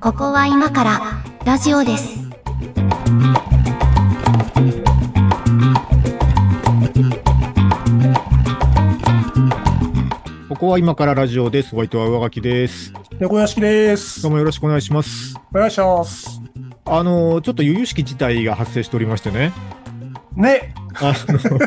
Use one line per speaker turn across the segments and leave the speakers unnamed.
報は今からラジオです。
ここは今からラジオです。ホワイトは上書きです。
猫屋敷です。
どうもよろしくお願いします。
お願いします。
あのー、ちょっと由々しき事態が発生しておりましてね。
ね。
あの、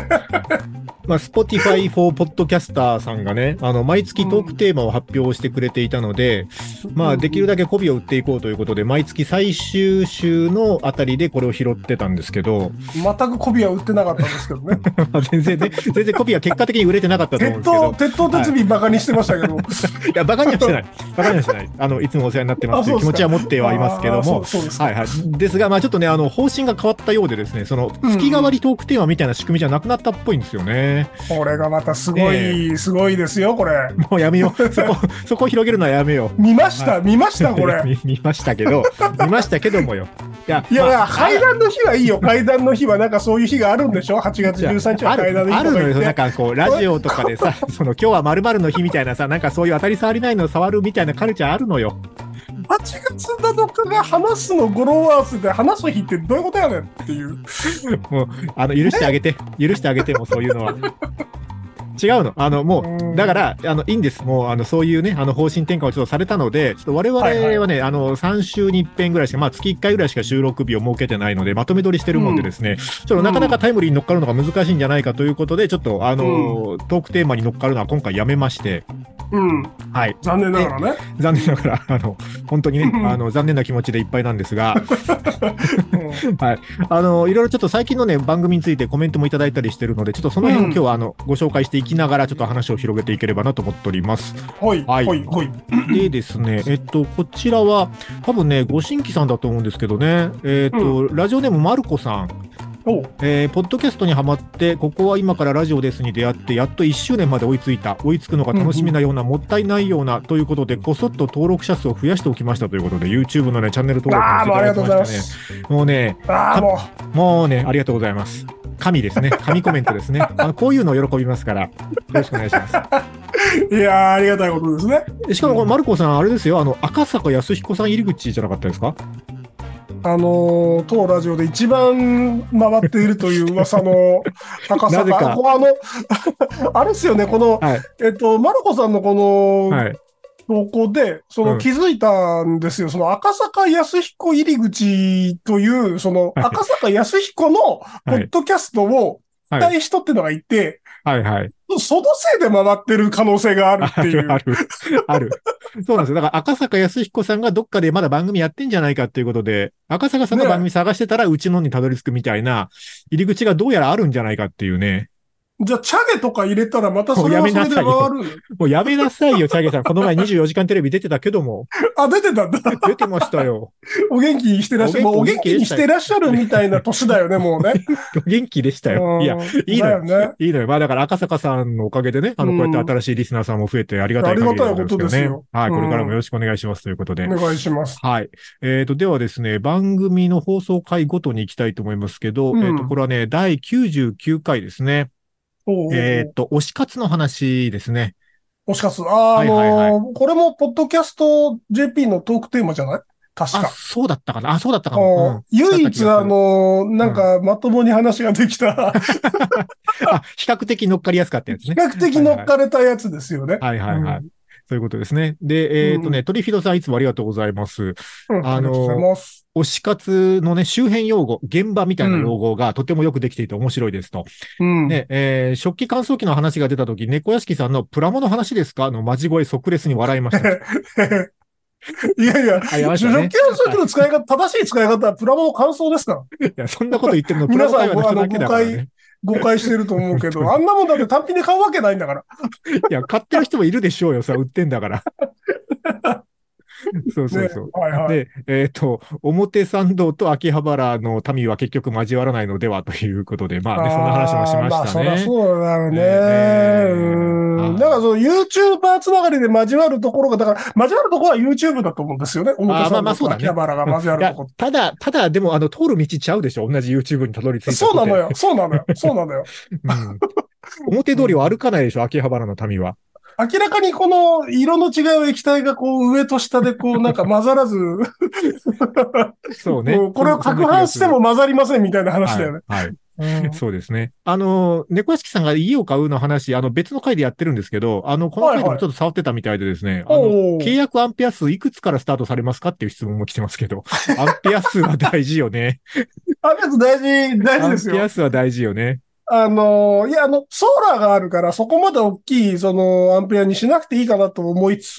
まあ、Spotify for Podcaster さんがね、あの、毎月トークテーマを発表してくれていたので、まあ、できるだけ媚びを売っていこうということで、毎月最終週のあたりでこれを拾ってたんですけど、
全く媚びは売ってなかったんですけ どね。
まあ全然ね、全然媚びは結果的に売れてなかったと思うんです
鉄
け
塔、
ど、
鉄塔鉄尾バカにしてましたけど。
いや、バカにはしてない。 バカにはしてない。あの、いつもお世話になってますという
あ
気
そ
持
うですか
ちは持ってはいますけど
あーそ
も
う、そうですか。
はいはい。ですが、まあちょっとね、あの、方針が変わったようでですね、その、
うん
月替わりトークテーマみたいな仕組みじゃなくなったっぽいんですよね。
これがまたすご
え
い、すごいですよ、これ。
もうやめよ う。そこ、そこ広げるのはやめよう。
見ました、見ました、こ れ。
見見ましたけど、見ましたけどもよ。いや、
いや、い
ま
や
あ
階段の日はいいよ。階段の日は、なんかそういう日があるんでしょ ?8 月13日は
あ
階段の
る
日
あ
と
る
か
のよ、
言
なん
って。
かこう、ラジオとかでさ、その、今日は〇〇の日みたいなさ、なんかそういう当たり障りないのを触るみたいなカルチャーあるのよ。
8月7日が話すの語呂合わせで話す日ってどういうことやねんっていう。
もう、あの、許してあげて、許してあげても、そういうのは。違うの。あの、もう、
うん
だから、あの、いいんです。もう、あの、そういうね、あの、方針転換をちょっとされたので、ちょっと我々はね、
はい
あの、3週に1遍ぐらいしか、まあ、月1回ぐらいしか収録日を設けてないので、まとめ撮りしてるもんでですね、ちょっとなかなかタイムリーに乗っかるのが難しいんじゃないかということで、ちょっと、あの、トークテーマに乗っかるのは今回やめまして、
うん。
はい。
残念ながらね。
残念ながら、あの、本当にね、あの、残念な気持ちでいっぱいなんですが、
うん
あの、いろいろちょっと最近のね、番組についてコメントもいただいたりしてるので、ちょっとその辺を今日は、あの、ご紹介していきながら、ちょっと話を広げていければなと思っております。
ほい、
はい
ほい、ほい。
でですね、えっと、こちらは、多分ね、ご新規さんだと思うんですけどね、えっと、ラジオネームマルコさん、
おう
えーポッドキャストにはまって、ここは今からラジオですに出会って、やっと1周年まで追いついた、追いつくのが楽しみなような、もったいないような、ということで、こそっと登録者数を増やしておきましたということで、YouTube のね、チャンネル登録
ああ、もうありがとうございま
していただきまし
す。
たね。もうね、
ああ、も
もうね、ありがとうございます。神ですね。神コメントですね。あのこういうのを喜びますから、よろしくお願いします。
う、いやー、ありがたいことですね。
でしかもこのマルコさん、あれですよ、あの、赤坂康彦さん入り口じゃなかったですか
あのー、当ラジオで一番回っているという 噂の高
な
さ
ぜか
が、あここあの、あ れですよね、この、
はい
えっと、マルコさんのこ
は
の
い。
投稿で、そうの
ん
気づいたんですよ、その赤坂安彦入り口という、その
はい
赤坂安彦のポ
は
ッ
い。
ドキャストを聞きたい人ってのがいて、
はいはい。
そのせいで回ってる可能性があるって
あ
い
る
う
あ。る。ある。そうなんですよ。だから赤坂康彦さんがどっかでまだ番組やってんじゃないかっていうことで、赤坂さんの
ね
番組探してたら、うちのにたどり着くみたいな、入り口がどうやらあるんじゃないかっていうね。
じゃあ、チャゲとか入れたらまたそれはそれで 回
も
る。
もうやめなさいよ、チャゲさん。この前24時間テレビ出てたけども、
あ、出てたんだ。
出てましたよ。
お元気にしてらっしゃる。もう
お
お
元
元
気
気にしてらっしゃるみたいな年だよね、もうね。
元気でしたよ。 いや、
うん
いいのよ
だよね。
いいのよ。まあだから赤坂さんのおかげでね、あの、こうやって新しいリスナーさんも増えてありがたい限りなんけど
ありがたいことですよ
はい、これから
う
も
ん
よろしくお願いしますということで。
お願いします。
はい。えっ、と、ではですね、番組の放送回ごとに行きたいと思いますけど、
うん
えっ、と、これはね、第99回ですね。
おうおうおう
えっ、と、推し活の話ですね。
おしかす。あー、あのー
はいはい
これも、ポッドキャスト JP のトークテーマじゃない確
あ、
か。
そうだったかなあ、そうだったか
う
も
ん。唯一、あのー、なんか、まともに話ができ た、
うんあ、比較的乗っかりやすかったやつ
比
ね。
較的乗っかれたやつですよね。
はいはいはい。
う
そういうことですね。で、えっ、とね、
う
トリフィドさんいつもありがとうございます。
うんありがとうございます。
推し活のね、周辺用語、現場みたいな用語がとてもよくできていて面白いですと。
うん。
ね、えー食器乾燥機の話が出たとき、猫屋敷さんのプラモの話ですかのマジ声即レスに笑いました。
いやいや、
あ、やました
主 食
ね
器。の数の使い方、正しい使い方はプラモの感想ですから。
いや、そんなこと言って るの、プラ
皆
モ
さ
会
ん
話の人だけだからね。
誤解してると思う けど、あんなもんだって単品で買うわけないんだから。
いや、買ってる人もいるでしょうよ、さ、売ってんだ から。そうそうそう。
ねはいはい。
で、えっ、と、表参道と秋葉原の民は結局交わらないのではということで、まあね、そんな話もしましたね。
あーまあ、そりゃそうだろうね。
ねえ
うん。
はい
だから、その YouTuber つながりで交わるところが、だから、交わるところは YouTube だと思うんですよね。表
あーまあまあそう
参道と
だね
秋葉原が交わ
い
る
や
ところ。
ただ、ただ、でも、あの、通る道ちゃうでしょ同じ YouTube にたどり着いたとて
そうなのよ。。そうなのよ。そうなのよ。
うん表通りを歩かないでしょ秋葉原の民は。
明らかにこの色の違う液体がこう上と下でこうなんか混ざらず、
そう ね
もう。これを
そん
攪拌して、も混ざりませんみたいな
そんな
話
気
だ
が
よね。
するはい。はいそうですね。あの、猫屋敷さんが家を買うの話、あの、別の回でやってるんですけど、あの、この回でもちょっと触ってたみたいでですね、あの、
おお
契約アンペア数いくつからスタートされますかっていう質問も来てます けど、アンペア数は大事よね。
あれ大事、大
ア
事
ン
です
ペ
よ
ア。数は大事よね。
あの、いや、あの、ソーラーがあるから、そこまで大きい、その、アンペアにしなくていいかなと思いつ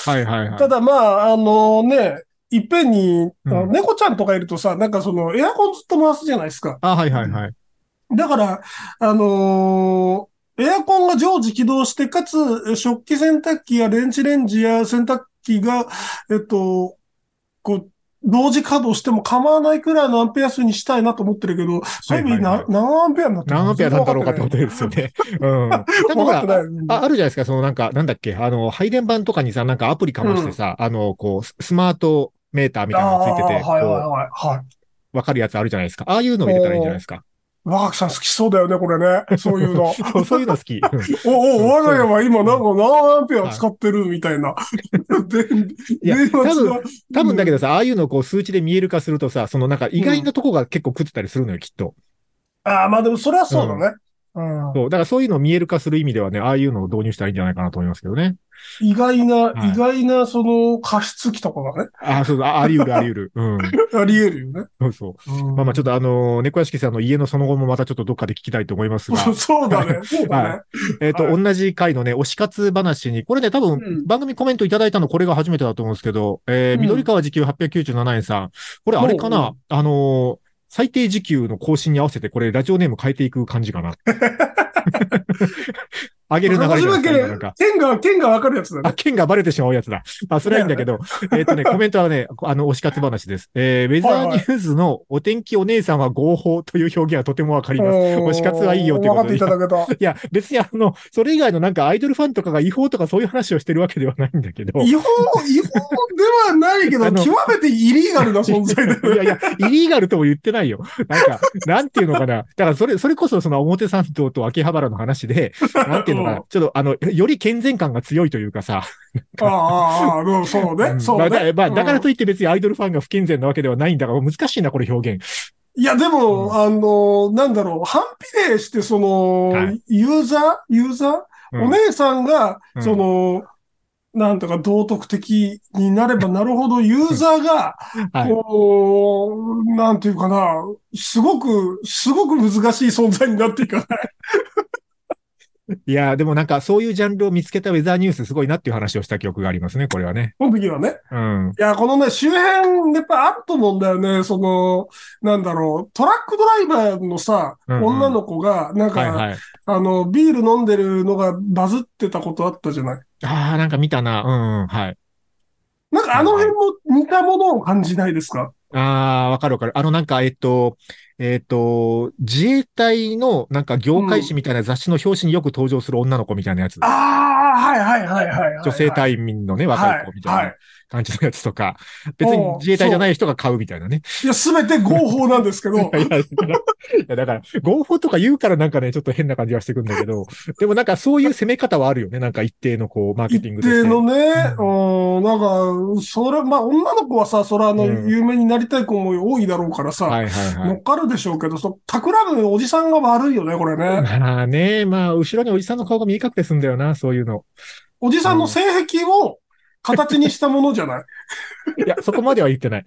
つ、
はいはいはい。
ただまあ、あのね、いっぺんに、あの
うん
猫ちゃんとかいるとさ、なんかその、エアコンずっと回すじゃないですか。
あ、はいはいはい。
だから、あのーエアコンが常時起動して、かつ、食器洗濯機やレンジレンジや洗濯機が、えっと、こう、同時稼働しても構わないくらいのアンペア数にしたいなと思ってるけど、そういう意味
はいはいはい
な何アンペアになってる
何アンペアなんだろうかってこととですよね。 うん。だ
分かって
から
な
あ
い。
あるじゃないですか、そのなんか、なんだっけ、あの、配電盤とかにさ、なんかアプリかましてさ、あの、こう、ススマートメーターみたいなのついてて、
あーはいはい
こ
はい。は
う、わかるやつあるじゃないですか。ああいうのを入れたらいいんじゃないですか。
い。若木さん好きそうだよね、こ れね。そういうの。
そうそういうの好き。うん
おお、
うん
我が家は今なんか何アンペア使ってるみたいな。 で、
いや
電話つな
多多分だけどさ、ああいうのをこう数値で見える化するとさ、そのなんか意外なとこが結構食ってたりするのよ、きっと。
ああ、まあでもそれはそうだね。うん
そう。だからそういうのを見える化する意味ではね、ああいうのを導入したらいいんじゃないかなと思いますけどね。
意外な、
い
意外な、その、加湿器とかがね、
ああ、そうそう、ああり得る、あり得る。うん。
あり得るよね。
そうそう。ま
ま
あまあ、ちょ
っ
っとあのー猫屋敷さんの家のその後もまたちょっとどっかで聞きたいと思いますが、
そうだね。そうだね。
えっと、
は
同じ回のね、推し活話に、これね、多
うん
分、番組コメントいただいたのこれが初めてだと思うんですけど、えー、
うん
緑川時給897円さん。これあれか
おうお
なあのー最低時給の更新に合わせて、これラジオネーム変えていく感じ かな。上げる流れじゃないですか今なんか。
剣が、剣がわかるやつだ
あ、
ね。
剣がバレてしまうやつだ。あ、それはいいんだけ ど。えっとね、コメントはね、あの、推し活話です。えーウェザーニューズのお天気お姉さんは合法という表現はとてもわかります。
推
推し活はいいよという
分
こ
か
と
って
で
いただけた。
いや、別にあの、それ以外のなんかアイドルファンとかが違法とかそういう話をしてるわけではないんだけど。い
違法、違法ではないけど
あ、の
極めてイリーガルな存在だよね。
やいや、イリーガルとも言ってないよ。なんか、なんていうのかな。だからそれ、それこそその表参道と秋葉原の話で、なんていうのか
う
な。ちょっとあの、より健全感が強いというかさ。
ああああ、うんそう
う
ね。
ん
そう
まあ
ね。
だまあ、だから
うん
といって別にアイドルファンが不健全なわけではないんだが、難しいな、これ表現。
いや、で
うん
も、あの、なんだろう、反比例して、その
は、
ユーザーユーザー
うん
お姉さんが
う、ん
その、なんとか道徳的になればなるほど、ユーザーが、
はい。
こう、なんていうかな、すごく、すごく難しい存在になっていかない。
いや、でもなんかそういうジャンルを見つけたウェザーニュースすごいなっていう話をした記憶がありますね、これはね。
この時はね。
うん。
いや、このね、周辺、やっぱあると思うんだよね。その、なんだろう、トラックドライバーのさ、
うんうん
女の子が、なん
はい
か、
はい。
あの、ビール飲んでるのがバズってたことあったじゃない。
ああ、なんか見たな。うん、うん、はい。
なんかあの辺も似たものを感じないですか
ああ、わかるわかる。あの、なんか、えっと、えっと、自衛隊の、なんか、業界誌みたいな雑誌の表紙によく登場する女の子みたいなやつ。
ああ、はいはいはいはいはい。
女性隊員のね、若い子みたい
はい
な感じのやつとか。別に自衛隊じゃない人が買うみたいなね。
いや、すべて合法なんですけど
い、や、いやだから、合法とか言うからなんかね、ちょっと変な感じがしてくんだけ ど、でもなんかそういう攻め方はあるよね。なんか一定のこう、マーケ
一
ティングとし
定
て。
のね、
う
うん、なんか、それ、まあ、女の子はさ、それはあの、
うん
有名になりたい子も多いだろうからさ、
はいはいは
乗
い。
っかるでしょうけど、そ、企むおじさんが悪いよね、これね。
まあね、まあ、後ろにおじさんの顔が見え隠れすんだよな、そういうの。
おじさんの性癖を形にしたものじゃない。
いや、そこまでは言って ない。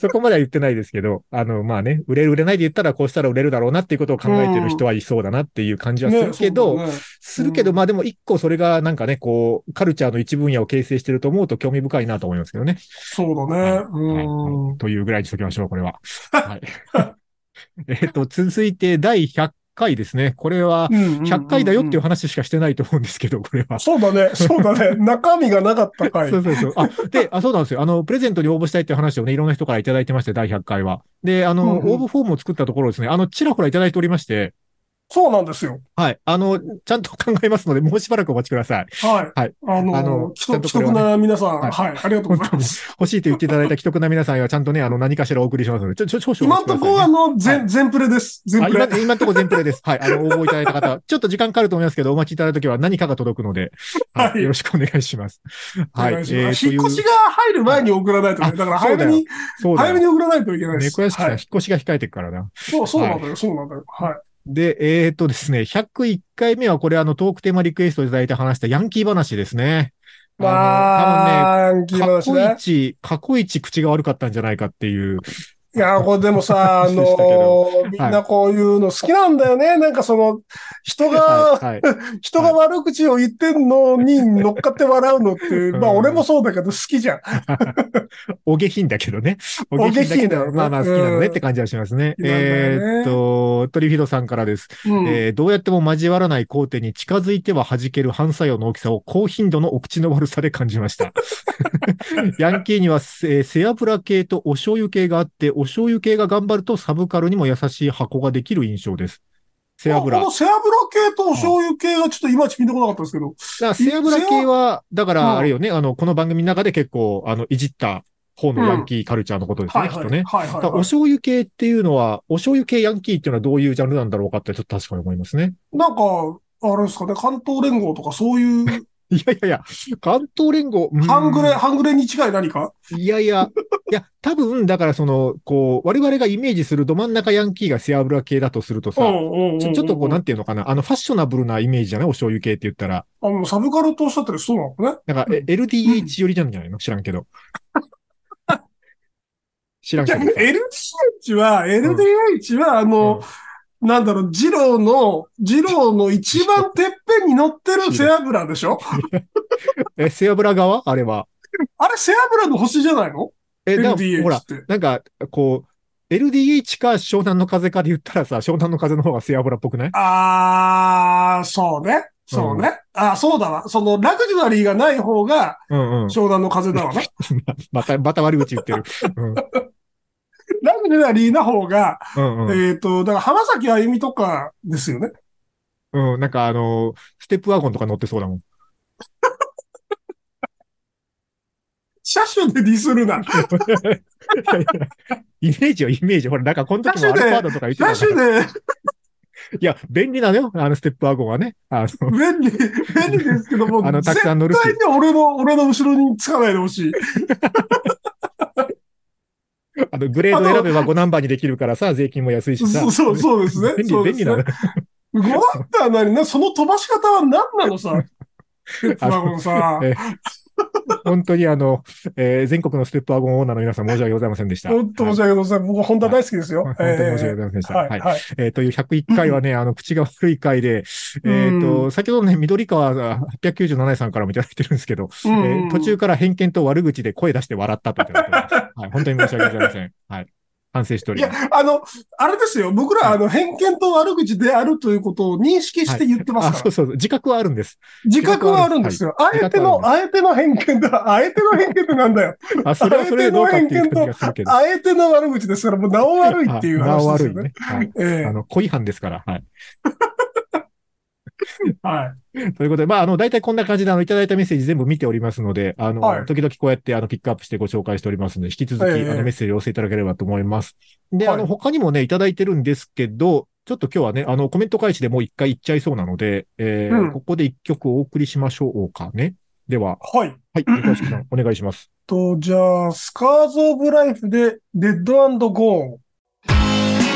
そこまでは言ってないですけど、あの、まあね、売れる売れないで言ったらこうしたら売れるだろうなっていうことを考えてる人はいそうだなって いう感じはす
ね、
るけど、
そうだね
するけど、まあでも一個それがなんかね、こう、カルチャーの一分野を形成してると思うと興味深いなと思いますけどね。
そうだね。
はい
うん。
というぐらいにしときましょう、これ は。はい。 えっと、続いて第100回ですね。これは、
うん
100回だよっていうう話しかしてないと思うんですけど、これは
ん。そうだね、そうだ ね。中身がなかった回。
そうそうそう。あ、で、あ、そうなんですよ。あの、プレゼントに応募したいって話をね、いろんな人からいただいてまして、第100回は。で、あの、
うんうん
応募フォームを作ったところですね、あの、ちらほらいただいておりまして、
そうなんですよ。
はい。あの、ちゃんと考えますので、もうしばらくお待ちください。
はい。
はい
あの
あの
既
ちゃん
得
と
既
これは
得
ね
な皆さん、
は
はいい、ありがとうござ います。
欲しいと言っていただいた既得な皆さんには、ちゃんとね、あの、何かしらお送りしますので、ちょ、ちょ、少々お
今
待
ん
ちくださ
とこ、
いね
あの、全、全プレです。全
あ
プ
今
レ。
今んとこ全プレイです。はい。あの、応募いただいた方、ちょっと時間かかると思いますけど、お待ちいただいたときは何かが届くので、はい。
はい
よろしくお願いします。はい。
お願いします
えー
引っ
と
越
い
し
う
が入る前に送らないとね。だから
そう
早
だ
め
よ
に、
そうだ
早め
よ。
に送らないといけないで
猫
す。
屋敷さん、
は
引っ
い。
越しが控えてるからな。
そう、そうなんだよ、そうなんだよ。はい。
で、えー、っとですね、101回目はこれあのトークテーマリクエストいただいて話したヤンキー話ですね。あの
まあ、ヤンキー
多
話
分ね、過去
ね。
一、過去一口が悪かったんじゃないかっていう。
いやー、これでもさ、あ
話でしたけ
のー、みん
はい
なこういうの好きなんだよね。なんかその、人
は
が
い、はい。
人が悪口を言ってんのに乗っかって笑うのって、
ん
まあ俺もそうだけど好きじゃん。
お下品だけどね。お
下品だけど
まあまあ好きなのね
うん
って感じはしますね。
好きなんだ
え
よね
ーっと、トリフィドさんからです。
うん。
えーどうやっても交わらない工程に近づいては弾ける反作用の大きさを高頻度のお口の悪さで感じま した。ヤンキーには、えー背脂系とお醤油系があって、お醤油系が頑張るとサブカルにも優しい箱ができる印象です。背
こ
脂
の。背脂系とお醤油系がちょっといまいちピンとこなかったんですけど。
だから背脂系は、だか
う
ら
ん
あれよね、あの、この番組の中で結構、あの、いじった方のヤンキーカルチャーのことですね、
はい
き
は
っ
い。
とね。
はいは
だ
い
からお
は
醤油系っていうのは、お醤油系ヤンキーっていうのはどういうジャンルなんだろうかってちょっと確かに思いますね。
い。なんか、あれですかね、関東連合とかそういう、
いやいやいや、関東連合。うん
半グレ、半グレに近い何か
いやいや、いや、多分、だからその、こう、我々がイメージするど真ん中ヤンキーが背脂系だとするとさ、
ん
ちょちょっとこう、なんんていうのかな、あの、ファッショナブルなイメージじゃないお醤油系って言ったら。
あの、サブカルとおっしゃってる人なのね。
なんか、え LDH 寄りなんじゃないの知らん けど。知らん
い
け
や、
どさ。
LDH は、LDH は、あの、なんだろう、ジローの、ジローの一番てっぺんに乗ってる背脂でしょ
うんえ、背脂側あれは。
あれ背脂の星じゃないの
え、だから
?LDH
ほら
っ、て。
なんか、こう、LDH か湘南の風かで言ったらさ、湘南の風の方が背脂っぽくない
あー、そうね。そうね。あー、そうだわ。その、ラグジュアリーがない方が、
うんうん。
湘南の風だわな。
また、また悪口言ってる。うん
ラグジュアリーな方が、
うんうん。
えっと、だから浜崎あゆみとかですよね。
うん、なんかあの、ステップワゴンとか乗ってそうだもん。
車種でディス るな。
イメージよ、イメージ。ほら、なんかこの時もアルファードとか言ってた
車
か
種
ら。
で
いや、便利なのよ、あのステップワゴンはね。あの、
便利、便利ですけども、
あのたく
絶
さん乗るし。
対に俺の、俺の後ろにつかないでほ しい。
あの、グレード選べば5ナンバーにできるからさ、税金も安いしさ
そ。うそう、そうですね。
便
そ
利、
う
便利
ですね
なのよ。
ごだったら何な、その飛ばし方は何な のさ。ステップワゴンさ
え。本当にあの、えー全国のステップワゴンオーナーの皆さん申し訳ございませんでした。
本当申し
はい
訳ございません。僕、本当大好きですよ。
本当に申し訳ございませんでした。
はい、
はい。
はい。
えーという101回はね、あの、口が悪い回で、えっ、
う
と、先ほどね、緑川が897さんからもいただいてるんですけど、えー途中から偏見と悪口で声出して笑ったといただいて ますはい、本当に申し訳ございません。はい。反省してお
い
り
や
ます。、
あの、あれですよ。僕ら、あの、偏見と悪口であるということを認識して言ってます
あ、
か
そう
ら。
そうそう、自覚はあるんです。
自覚はあるんですよ。あ
い
えての、あえての偏見だ。あえての偏見ってな んだよ。
あ、それ はそれでどうかっていう感じがするけど。
あえての悪口ですから、もう、なお悪いっていう
あなお
話です
悪い
よね。
ね。はい。
ええ
あの、故意犯ですから。はい。
はい。
ということで、まあ、あの、大体こんな感じで、あの、いただいたメッセージ全部見ておりますので、あの、
はい
時々こうやって、あの、ピックアップしてご紹介しておりますので、引き続き、
ええ
あの、メッセージをお寄せいただければと思います。で、
はい
あの、他にもね、いただいてるんですけど、ちょっと今日はね、あの、コメント開始でもう一回いっちゃいそうなので、えー
うん
ここで一曲お送りしましょうかね。では、
はい。
はい、猫屋敷さん、お願いします。
と、じゃあ、スカーズ・オブ・ライフで、デッド・アンド・ゴーン。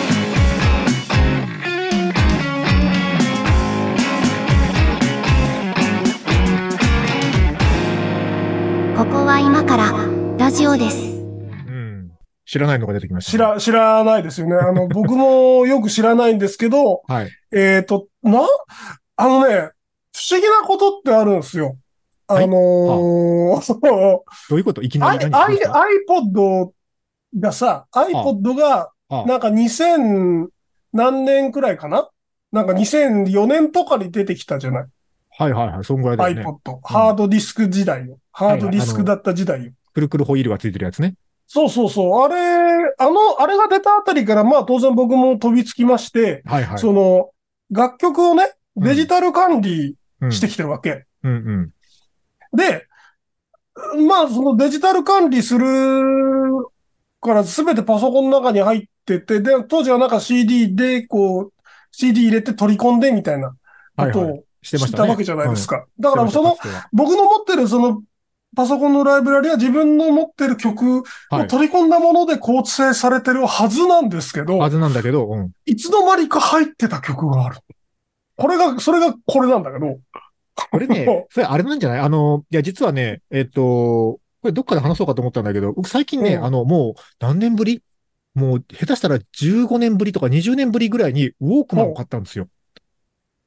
ここは今からラジオです。
うん。知らないのが出てきました、
知ら、知らないですよね。あの、僕もよく知らないんですけど、
はい。
えっ、と、な、あのね、不思議なことってあるんですよ。あのーそう
どういうこといきな
I-
り
I-
何聞きました
iPod がさ、iPod が、
あ
なんか2000何年くらいかななんか2004年とかに出てきたじゃない、
はいはいはい、そんぐらいだよね。
iPod。ハードディスク時代よ。ハードディスクだった時代よ。
くるくるホイールがついてるやつね。
そうそうそう。あれ、あの、あれが出たあたりから、まあ当然僕も飛びつきまして、
はいはい。
その、楽曲をね、
うん
デジタル管理してきてるわけ。
うんうん。
で、まあ、そのデジタル管理するからすべてパソコンの中に入ってて、で、当時はなんか CD で、こう、CD 入れて取り込んでみたいなこ
はい
と
はい。
を
して
知
ま
っ
したたね。
わけじゃないです
か。
か。だからその、僕の持ってるその、パソコンのライブラリは自分の持ってる曲を
はい。
取り込んだもので構成されてるはずなんですけど、
はずなんだけど、うん。
いつの間にか入ってた曲がある。これが、それがこれなんだけど。
これね、それあれなんじゃないあの、いや、実はね、えっと、これどっかで話そうかと思ったんだけど、僕最近ね、
うん
あの、もう何年ぶりもう下手したら15年ぶりとか20年ぶりぐらいにウォークマンを買ったんですよ。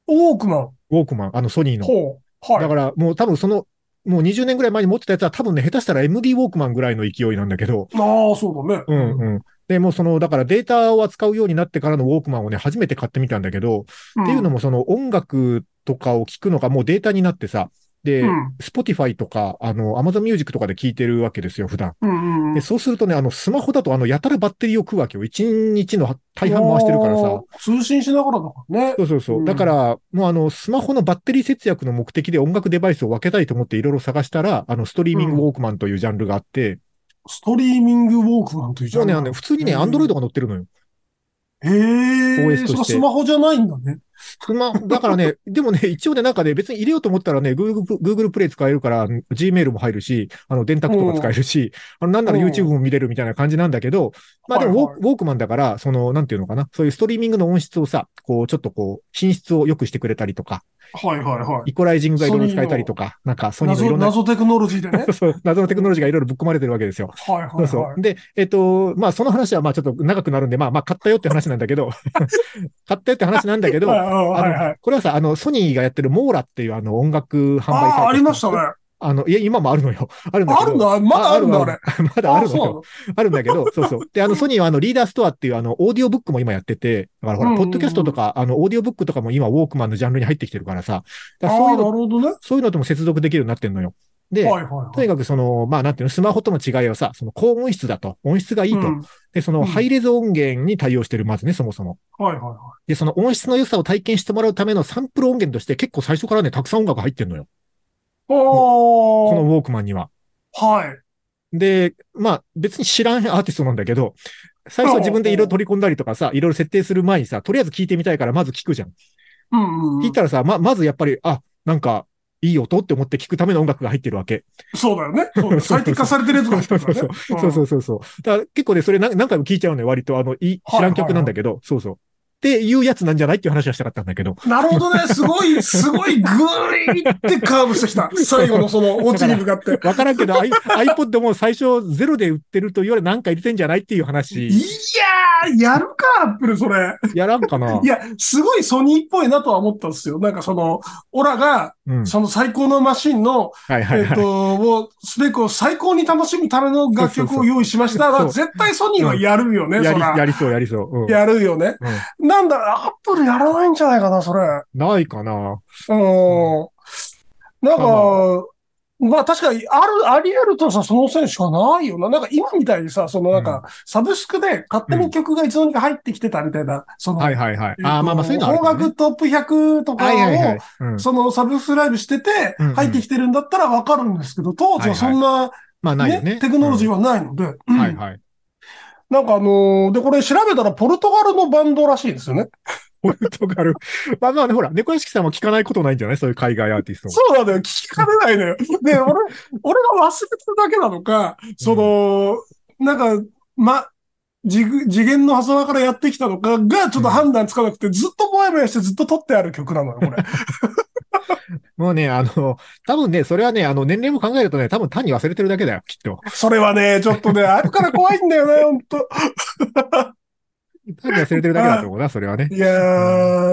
ウォークマン。
ウォークマン、あのソニーの。
ほう。はい。
だからもう多分その、もう20年ぐらい前に持ってたやつは多分ね、下手したら MD ウォークマンぐらいの勢いなんだけど、
ああ、そうだね。
うんうん。で、もうその、だからデータを扱うようになってからのウォークマンをね、初めて買ってみたんだけど、っていうのもその音楽とかを聞くのがもうデータになってさ、で、
うん。
Spotify とか、あの、Amazon Music とかで聞いてるわけですよ、普段。
うん。うん
で、そうするとね、あの、スマホだと、あの、やたらバッテリーを食うわけよ。一日の大半回してるからさ。。
通信しながらだからね
そ。うそうそうう。
ん
だから、もうあの、スマホのバッテリー節約の目的で音楽デバイスを分けたいと思っていろいろ探したら、あの、ストリーミングウォークマンというジャンルがあって、
ストリーミングウォークマンというじ
も
ゃ。
うんね、あの、普通にね、
うん
Android が載ってるのよ。
へ
OS
え、
として
それはスマホじゃないんだね。
スマ、だからね、 でもね、一応ね、なんかね、別に入れようと思ったらね、Google, Google プレイ使えるから、Gmail も入るし、あの、電卓とか使えるし、あの、なんなら
うん
YouTube も見れるみたいな感じなんだけど、まあでもウォー
はい
ク、ウォークマンだから、その、なんていうのかな、そういうストリーミングの音質をさ、こう、ちょっとこう、品質を良くしてくれたりとか、
はいはいは
イコライジングがいろいろ使えたりとか、なんか、
い。
ソニーのい
謎、
ろんな、
謎テクノロジーでね。はい
そう、謎のテクノロジーがいろいろぶっ込まれてるわけですよ。
はい
そ
は
う
い。
そう。で、えっと、まあ、その話は、まあ、ちょっと長くなるんで、まあ、まあ、買ったよって話なんだけ ど、買ったよって話なんだけど、
はいはいはいはい。
これはさ、あの、ソニーがやってるモーラっていうあの音楽販売サイ
あ
ト。
あ、ありましたね。
あの、いや、今もあるのよ。あるんだけ
あ
ど。
るんだ、まだあるんだ、あ
る
れ。
る まだあるのよ。あるんだけど、そうそう。で、あの、ソニーはあの、リーダーストアっていうあの、オーディオブックも今やってて、だからほ
うん
ら、
うんう
ポ
ん
ッドキャストとか、あの、オーディオブックとかも今、ウォークマンのジャンルに入ってきてるからさ、だから
そ
そう
う
い
あ
う
あ、なる
の、
ほどね。
そういうのとも接続できるようになってんのよ。で、
はいは
と
いは
に
い。
かくその、まあ、なんていうの、スマホとの違いはさ、その高音質だと、音質がいいと。
うん
で、その、
うん
ハイレゾ音源に対応してる、まずね、そもそも。
はいはいは
で、その音質の良さを体験してもらうためのサンプル音源として結構最初からね、たくさん音楽入ってんのよ。
い。お
こ
ー
のウォークマンには。
はい。
で、まあ別に知らんアーティストなんだけど、最初は自分で色取り込んだりとかさ、いろいろ設定する前にさ、とりあえず聞いてみたいからまず聞くじゃん。
うんうんうん。
聞いたらさ、ま、まずやっぱり、あ、なんか、いい音って思って聞くための音楽が入ってるわけ。
そうだよね。そうだよ最適化されてるやつが来てるからね。
そうそうそうそう。だから結構ね、それ何何回も聞いちゃうのよ、割と。あの、いい知らん曲なんだけど、そうそう。っていうやつなんじゃないっていう話はしたかったんだけど。
なるほどね。すごい、すごい、ぐーいってカーブしてきた。最後のその、オチに向かって。
わからんけど、アイ iPod も最初ゼロで売ってると言われ、なんか入れてんじゃないっていう話
い。やー、やるか、アップル、それ。
やらんかない
や、すごいソニーっぽいなとは思ったんですよ。なんかその、オラが、
うん。
その最高のマシンの、
はいはい
えっ
はい。
と、を、スペックを最高に楽しむための楽曲を用意しました
そう
ら、
そ
絶対ソニーはやるよね、
や
そ
り
ら。
やりそう、やりそう。うん、
やるよね。なんだ、アップルやらないんじゃないかな、それ。
ないかな。
うん。なんか、まあ確かに、ある、あり得るとさ、その線しかないよな。なんか今みたいにさ、そのなん
うん
か、サブスクで勝手に曲がいつの間にか入ってきてたみたいな、その、
はいはいはい
え。っと
あーまあまあ、そういうのある
邦
かもね、
楽トップ100とか
はいはいは
を
い、。うん、
そのサブスクライブしてて
うんうん、
入ってきてるんだったらわかるんですけど、当時はそんな、
まあないよね。
ね、テクノロジー
は、
はないので、うん
はいはい。
なんかあのーで、これ調べたらポルトガルのバンドらしいですよね。
ポルトガル。 まあまあね、ほら、猫屋敷さんは聞かないことないんじゃないそういう海外アーティストも。
そうなんだよ。聞きかねないの よ。で、俺、俺が忘れてるだけなのか、その、なんか、ま、次元次元の狭間からやってきたのかが、ちょっと判断つかなくて、ずっともやもやしてずっと撮ってある曲なのよ、こ れ。
もうね、あの、多分ね、それはね、あの、年齢も考えるとね、多分単に忘れてるだけだよ、きっと。
それはね、ちょっとね、あるから怖いん だよね、ほんと。
単に忘れてるだけだと思うな、それはね。
いや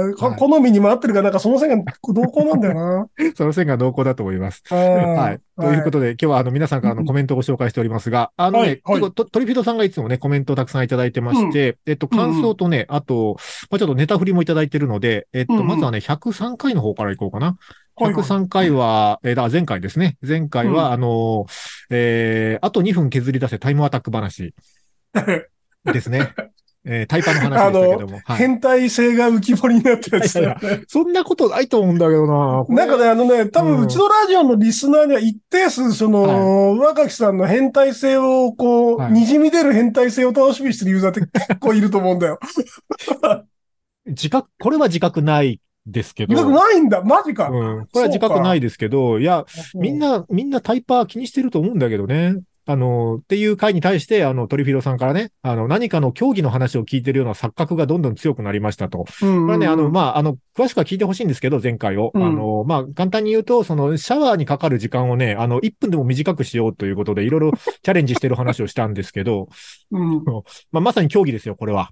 ー、こ
はい
好みにも合ってるから、なんかその線が同行なんだよ な。
その線が濃厚だと思います。
は
はい。ということで、今日はあの皆さんから
う
の
ん
コメントをご紹介しておりますが、あの
は
ね
い、はい
結構トトリフィードさんがいつもね、コメントをたくさんいただいてまして、えっと、感想とね、あと、まあちょっとネタ振りもいただいてるので、えっ
うん
と、
うん
まずはね、103回の方からいこうかな。
はいはい
103回は、えーだ、前回ですね。前回
う
は、あのー、えーあと2分削り出せタイムアタック話ですね。 えータイパの話でしたけども。はい
変態性が浮き彫りになったやつだよね。
そんなことないと思うんだけどな。
なんかね、あのね、多分うちのラジオのリスナーには一定数、その、若木さんの変態性を、こう、
はい
滲み出る変態性を楽しみにしてるユーザーって結構いると思う んだよ。
自覚、これは自覚ないですけど。
自覚ないんだ、マ ジか。
うん。これは自覚ないですけど、いや、みん
な、
な、みんなタイパー気にしてると思うんだけどね。あの、っていう回に対して、あの、トリフィロさんからね、あの、何かの競技の話を聞いてるような錯覚がどんどん強くなりましたと。
うん
これね、あの、まあ、あの、詳しくは聞いてほしいんですけど、前回を。
うん
あの、まあ、簡単に言うと、その、シャワーにかかる時間をね、あの、1分でも短くしようということで、いろいろチャレンジしてる話をしたんですけど、
うん
まあ、まさに競技ですよ、これは。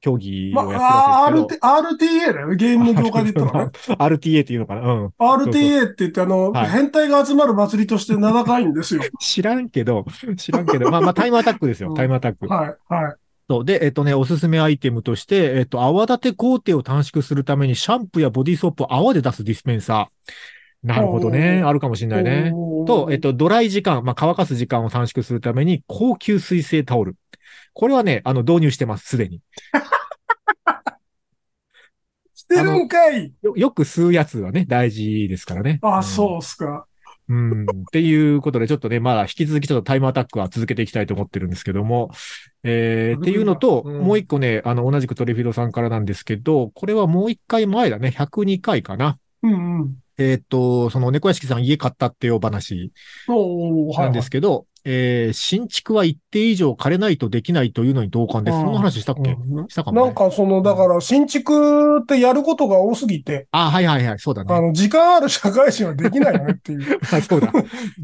競技
ま
をや
あ、
ってるわけですけど。
RT RTA だよね。ゲームの業界で 言ったらね。
RTA っていうのかなうん。
RTA って言って、あの、
はい
変態が集まる祭りとして名高いん ですよ。
知らんけど、知らんけど、まあまあタイムアタックです
う
よ、
ん
タイムアタック。
はい、はい。
そうで、えっとね、おすすめアイテムとして、えっと、泡立て工程を短縮するためにシャンプーやボディーソープを泡で出すディスペンサー。なるほどね。
おー
あるかもしれないね。と、えっと、ドライ時間、まあ、乾かす時間を短縮するために、高級水性タオル。これはね、あの、導入してます、すでに。
してるんかい
よ、よく吸うやつはね、大事ですからね。
あ
うん
そうっすか。
うん。っていうことで、ちょっとね、まだ引き続きちょっとタイムアタックは続けていきたいと思ってるんですけども、えー、っていうのと、
うん
もう一個ね、あの、同じくトリフィドさんからなんですけど、これはもう一回前だね、102回かな。
うんうん。
えーっと、その猫屋敷さん家買ったっていうお話
おー、は
ないんで。すけど、えー新築は一定以上枯れないとできないというのに同感です。
うん
そんな話したっけ、
うん
したかも、ね。
なんかその、だから新築ってやることが多すぎて、
あ、はいはいはい、そうだ
あ
ね。
の、時間ある社会人はできないよねっ ていう。
そうだ。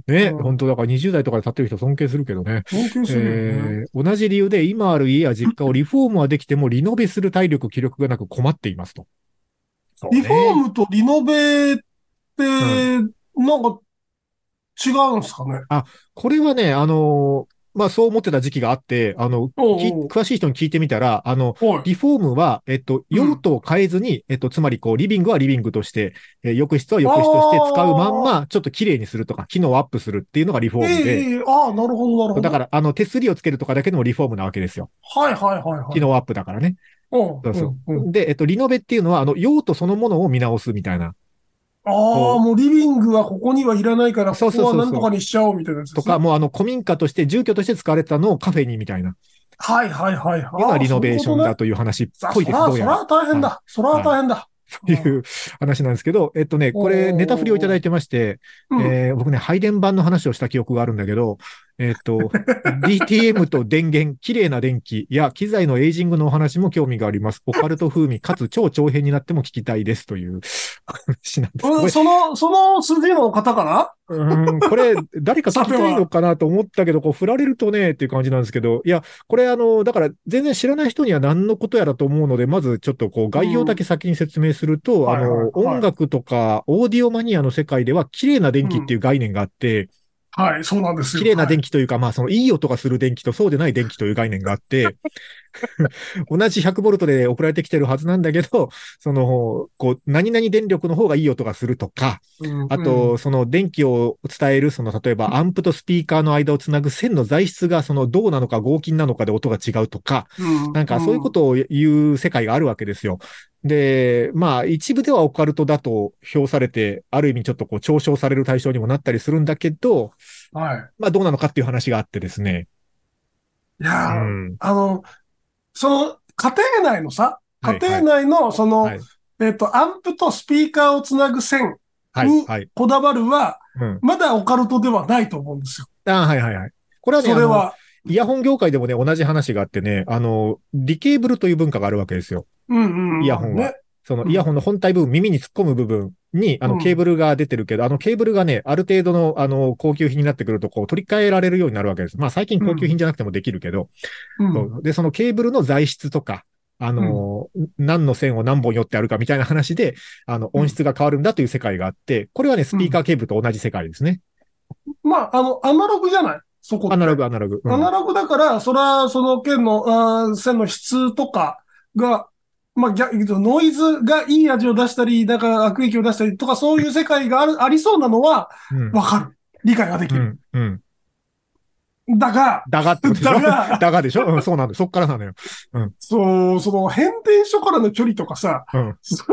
ね、
うん
本当だから20代とかで立ってる人尊敬するけどね。
尊敬するよね。
えー同じ理由で今ある家や実家をリフォームはできてもリノベする体力、気力がなく困っていますと。そうね
リフォームとリノベって、なんか、違うんすかね。
これはね、あのーまあ、そう思ってた時期があって、あの、
お
き
うおう
詳しい人に聞いてみたら、あの、
おい。
リフォームは、えっと、
うん
用途を変えずに、えっと、つまり、こう、リビングはリビングとして、えー浴室は浴室として使うまんま、ちょっと綺麗にするとか、機能をアップするっていうのがリフォームで、
ええああ、なるほど、なるほど。
だから、あの、手すりをつけるとかだけでもリフォームなわけですよ。
はいはいはいはい。
機能アップだからね。
うん、
そうそ
うんうん
で、えっと、リノベっていうのは、あの、用途そのものを見直すみたいな。
ああ、もうリビングはここにはいらないから、
そ
こ
うそう
こ
そう
は
そう
なんとかにしちゃおうみたいなやつで
と
すね
か、もうあの、古民家として、住居として使われてたのをカフェにみたいな、
はいはいはい
いうの
は。
はいリノベーションだという話っ
ああ
ぽ
そう
い
いう
です、
こと
ど
ね
うや
そら、
ら。
そら大変だ。そら大変だ。
っていう話なんですけど、えっとね、これ、
おー
ネタ振りをいただいてまして、
うん
えー僕ね、配電盤の話をした記憶があるんだけど、えっと、DTM と電源、綺麗な電気や機材のエイジングのお話も興味があります。オカルト風味、かつ超長編になっても聞きたいですという話なんです。こ
う
れ
ん、その、その筋の方かな
うーんこれ、誰 か聞きたいのかなと思ったけど、こう、振られるとね、っていう感じなんですけど、いや、これ、あの、だから、全然知らない人には何のことやらと思うので、まず、ちょっと、こう、概要だけ先に説明すると、あ
はいはいは
の、
い
音楽とか、オーディオマニアの世界では、綺麗な電気っていう概念があって、
はい、そうなんですよ。
綺麗な電
気。
気というか、まあ、その、いい音がする電気と、そうでない電気という概念があって、 同じ100ボルトで送られてきてるはずなんだけど、その、こう、何々電力の方がいい音がするとか、
うん。
あと、、その電気を伝える、その例えばアンプとスピーカーの間をつなぐ線の材質がその銅なのか合金なのかで音が違うとか、なんかそういうこととを言う世界があるわけですよ。で、まあ一部ではオカルトだと評されて、ある意味ちょっとこう嘲笑される対象にもなったりするんだけど、
はい。
まあどうなのかっていう話があってですね。
いうやー
ん。
あの、その、家庭内のさ、
は
家
い
庭内の、その、
はい
えっと、アンプとスピーカーをつなぐ線、
はい。はい。
こだわるは、
うん。
まだオカルトではないと思うんですよ。
あーはいはいはい。これは
そ
ね、あ
れ
の
は。
イヤホン業界でもね、同じ話があってね、あの、リケーブルという文化があるわけですよ。
うんうん。
イヤホンは
ね。
その
うん
イヤホンの本体部分、耳に突っ込む部分に、あ
う
の、
ん
ケーブルが出てるけど、あの、ケーブルがね、ある程度の、あの、高級品になってくると、こう、取り替えられるようになるわけです。まあ、最近高級品じゃなくてもできるけど、
うん
そうで、そのケーブルの材質とか、あの、何の線を何本寄ってあるかみたいな話で、あの、音質が変わるんだという世界があって、これはね、スピーカーケーブルと同じ世界ですね。
まあ、あの、アナログじゃないそこって
アナログ、アナログ。うん
アナログだから、そら、その剣の、あー線の質とかが、まあ、逆に言うとノイズがいい味を出したり、だから悪影響を出したりとか、そういう世界がある、ありそうなのは、
うん
わかる。理解ができ
う
る。
ん。うん。
だが、
だがってことでしょ
だが
だがでしょうん、そうなんだよ。そっからなのよ。
そう、その変電所からの距離とかさ、
うん。
そ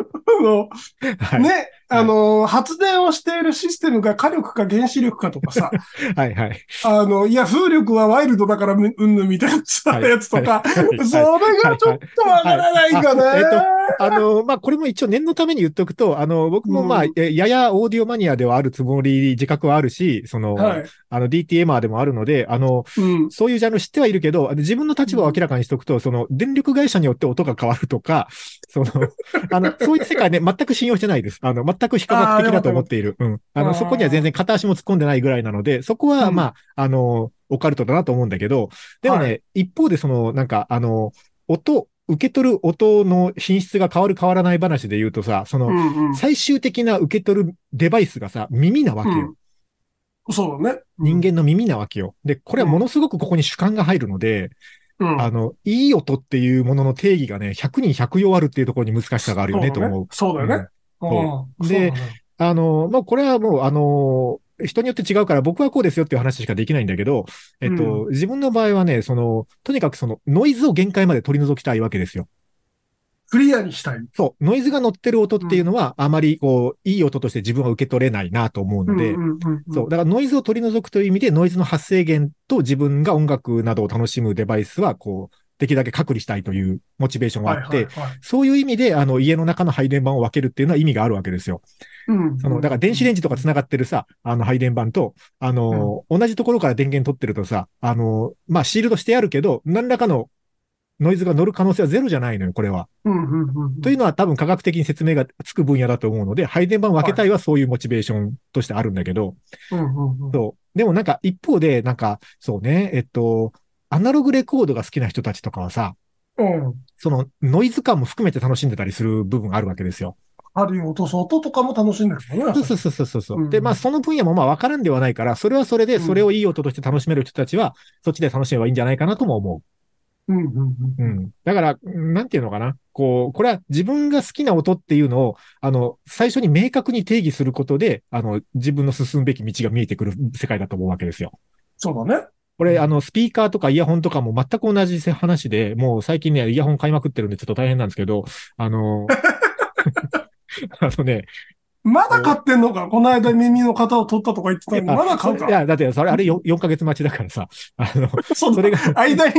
の、
はい。
ね、あの、発電をしているシステムが火力か原子力かと かさ、
はいはい。
あの、いや、風力はワイルドだからむ、うんぬんみたいなさ、
はい
やつとか、
はいはい
それがちょっとわからないかな、
はいはいあの、まあ、これも一応念のために言っとくと、あの、僕もまあ、
うん
えややオーディオマニアではあるつもり、自覚はあるし、その、
はい。
あの、DTMR でもあるので、あの、
うん。
そういうジャンル知ってはいるけど、あの自分の立場を明らかにしておくと、その、電力会社によって音が変わるとか、 その、あの、そういう世界ね、全く信用してないです。あの、全く非科学的だと思っている。うん。あ
あ
の、
ー
そこには全然片足も突っ込んでないぐらいなので、そこは、
うん
まあ、あの、オカルトだなと思うんだけど、でもね、
は
一方でその、なんか、あの、音、受け取る音の品質が変わる変わらない話で言うとさ、その、
うんうん。
最終的な受け取るデバイスがさ、耳なわけよ。
うんそうだね。
人間の耳なわけよ。で、これはものすごくここに主観が入るので、
うん。
あの、いい音っていうものの定義がね、100人100用あるっていうところに難しさがあるよね、と思う。
そうだね。そうだよね。
うん
うん
で、
そうだね
あの、まあ、これはもう、あの、人によって違うから僕はこうですよっていう話しかできないんだけど、えっと、自分の場合はね、その、とにかくその、ノイズを限界まで取り除きたいわけですよ。
クリアにしたい。
そう、ノイズが乗ってる音っていうのは、あまりこう、いい音として自分は受け取れないなと思うので、
うんうんうんうん
そう。だからノイズを取り除くという意味で、ノイズの発生源と自分が音楽などを楽しむデバイスは、こう、できるだけ隔離したいというモチベーションがあって、
はいはいはい
そういう意味で、あの、家の中の配電盤を分けるっていうのは意味があるわけですよ。
うん
その、だから電子レンジとか繋がってるさ、あの、配電盤と、あの、同じところから電源取ってるとさ、あの、まあ、シールドしてあるけど、何らかのノイズが乗る可能性はゼロじゃないのよ、これは。
うんうんうんうん
というのは多分科学的に説明がつく分野だと思うので、配電盤を分けたいはそういうモチベーションとしてあるんだけど、
うんうんうん
そう。でもなんか一方で、なんか、そうね、えっと、アナログレコードが好きな人たちとかはさ、
うん。
そのノイズ感も含めて楽しんでたりする部分あるわけですよ。
針を落とす音とかも楽しんでるもん
そう
ね。
そうそうそうそう。
うん
で、まあその分野もまあ分からんではないから、それはそれで、
うん
それをいい音として楽しめる人たちは、そっちで楽しめばいいんじゃないかなとも思
うんうんうん
う。うん。だから、なんていうのかな。こう、これは自分が好きな音っていうのを、あの、最初に明確に定義することで、あの、自分の進むべき道が見えてくる世界だと思うわけですよ。
そうだね。
これ、あの、スピーカーとかイヤホンとかも全く同じ話で、もう最近ね、イヤホン買いまくってるんでちょっと大変なんですけど、あ の、あのね、
まだ買ってんのかこの間耳の型を取ったとか言ってたのに、まだ買う
い
か
や、だってそれ、あれ 4, 4ヶ月待ちだからさ、あの、
そ
そ
れ
れが、
間 に、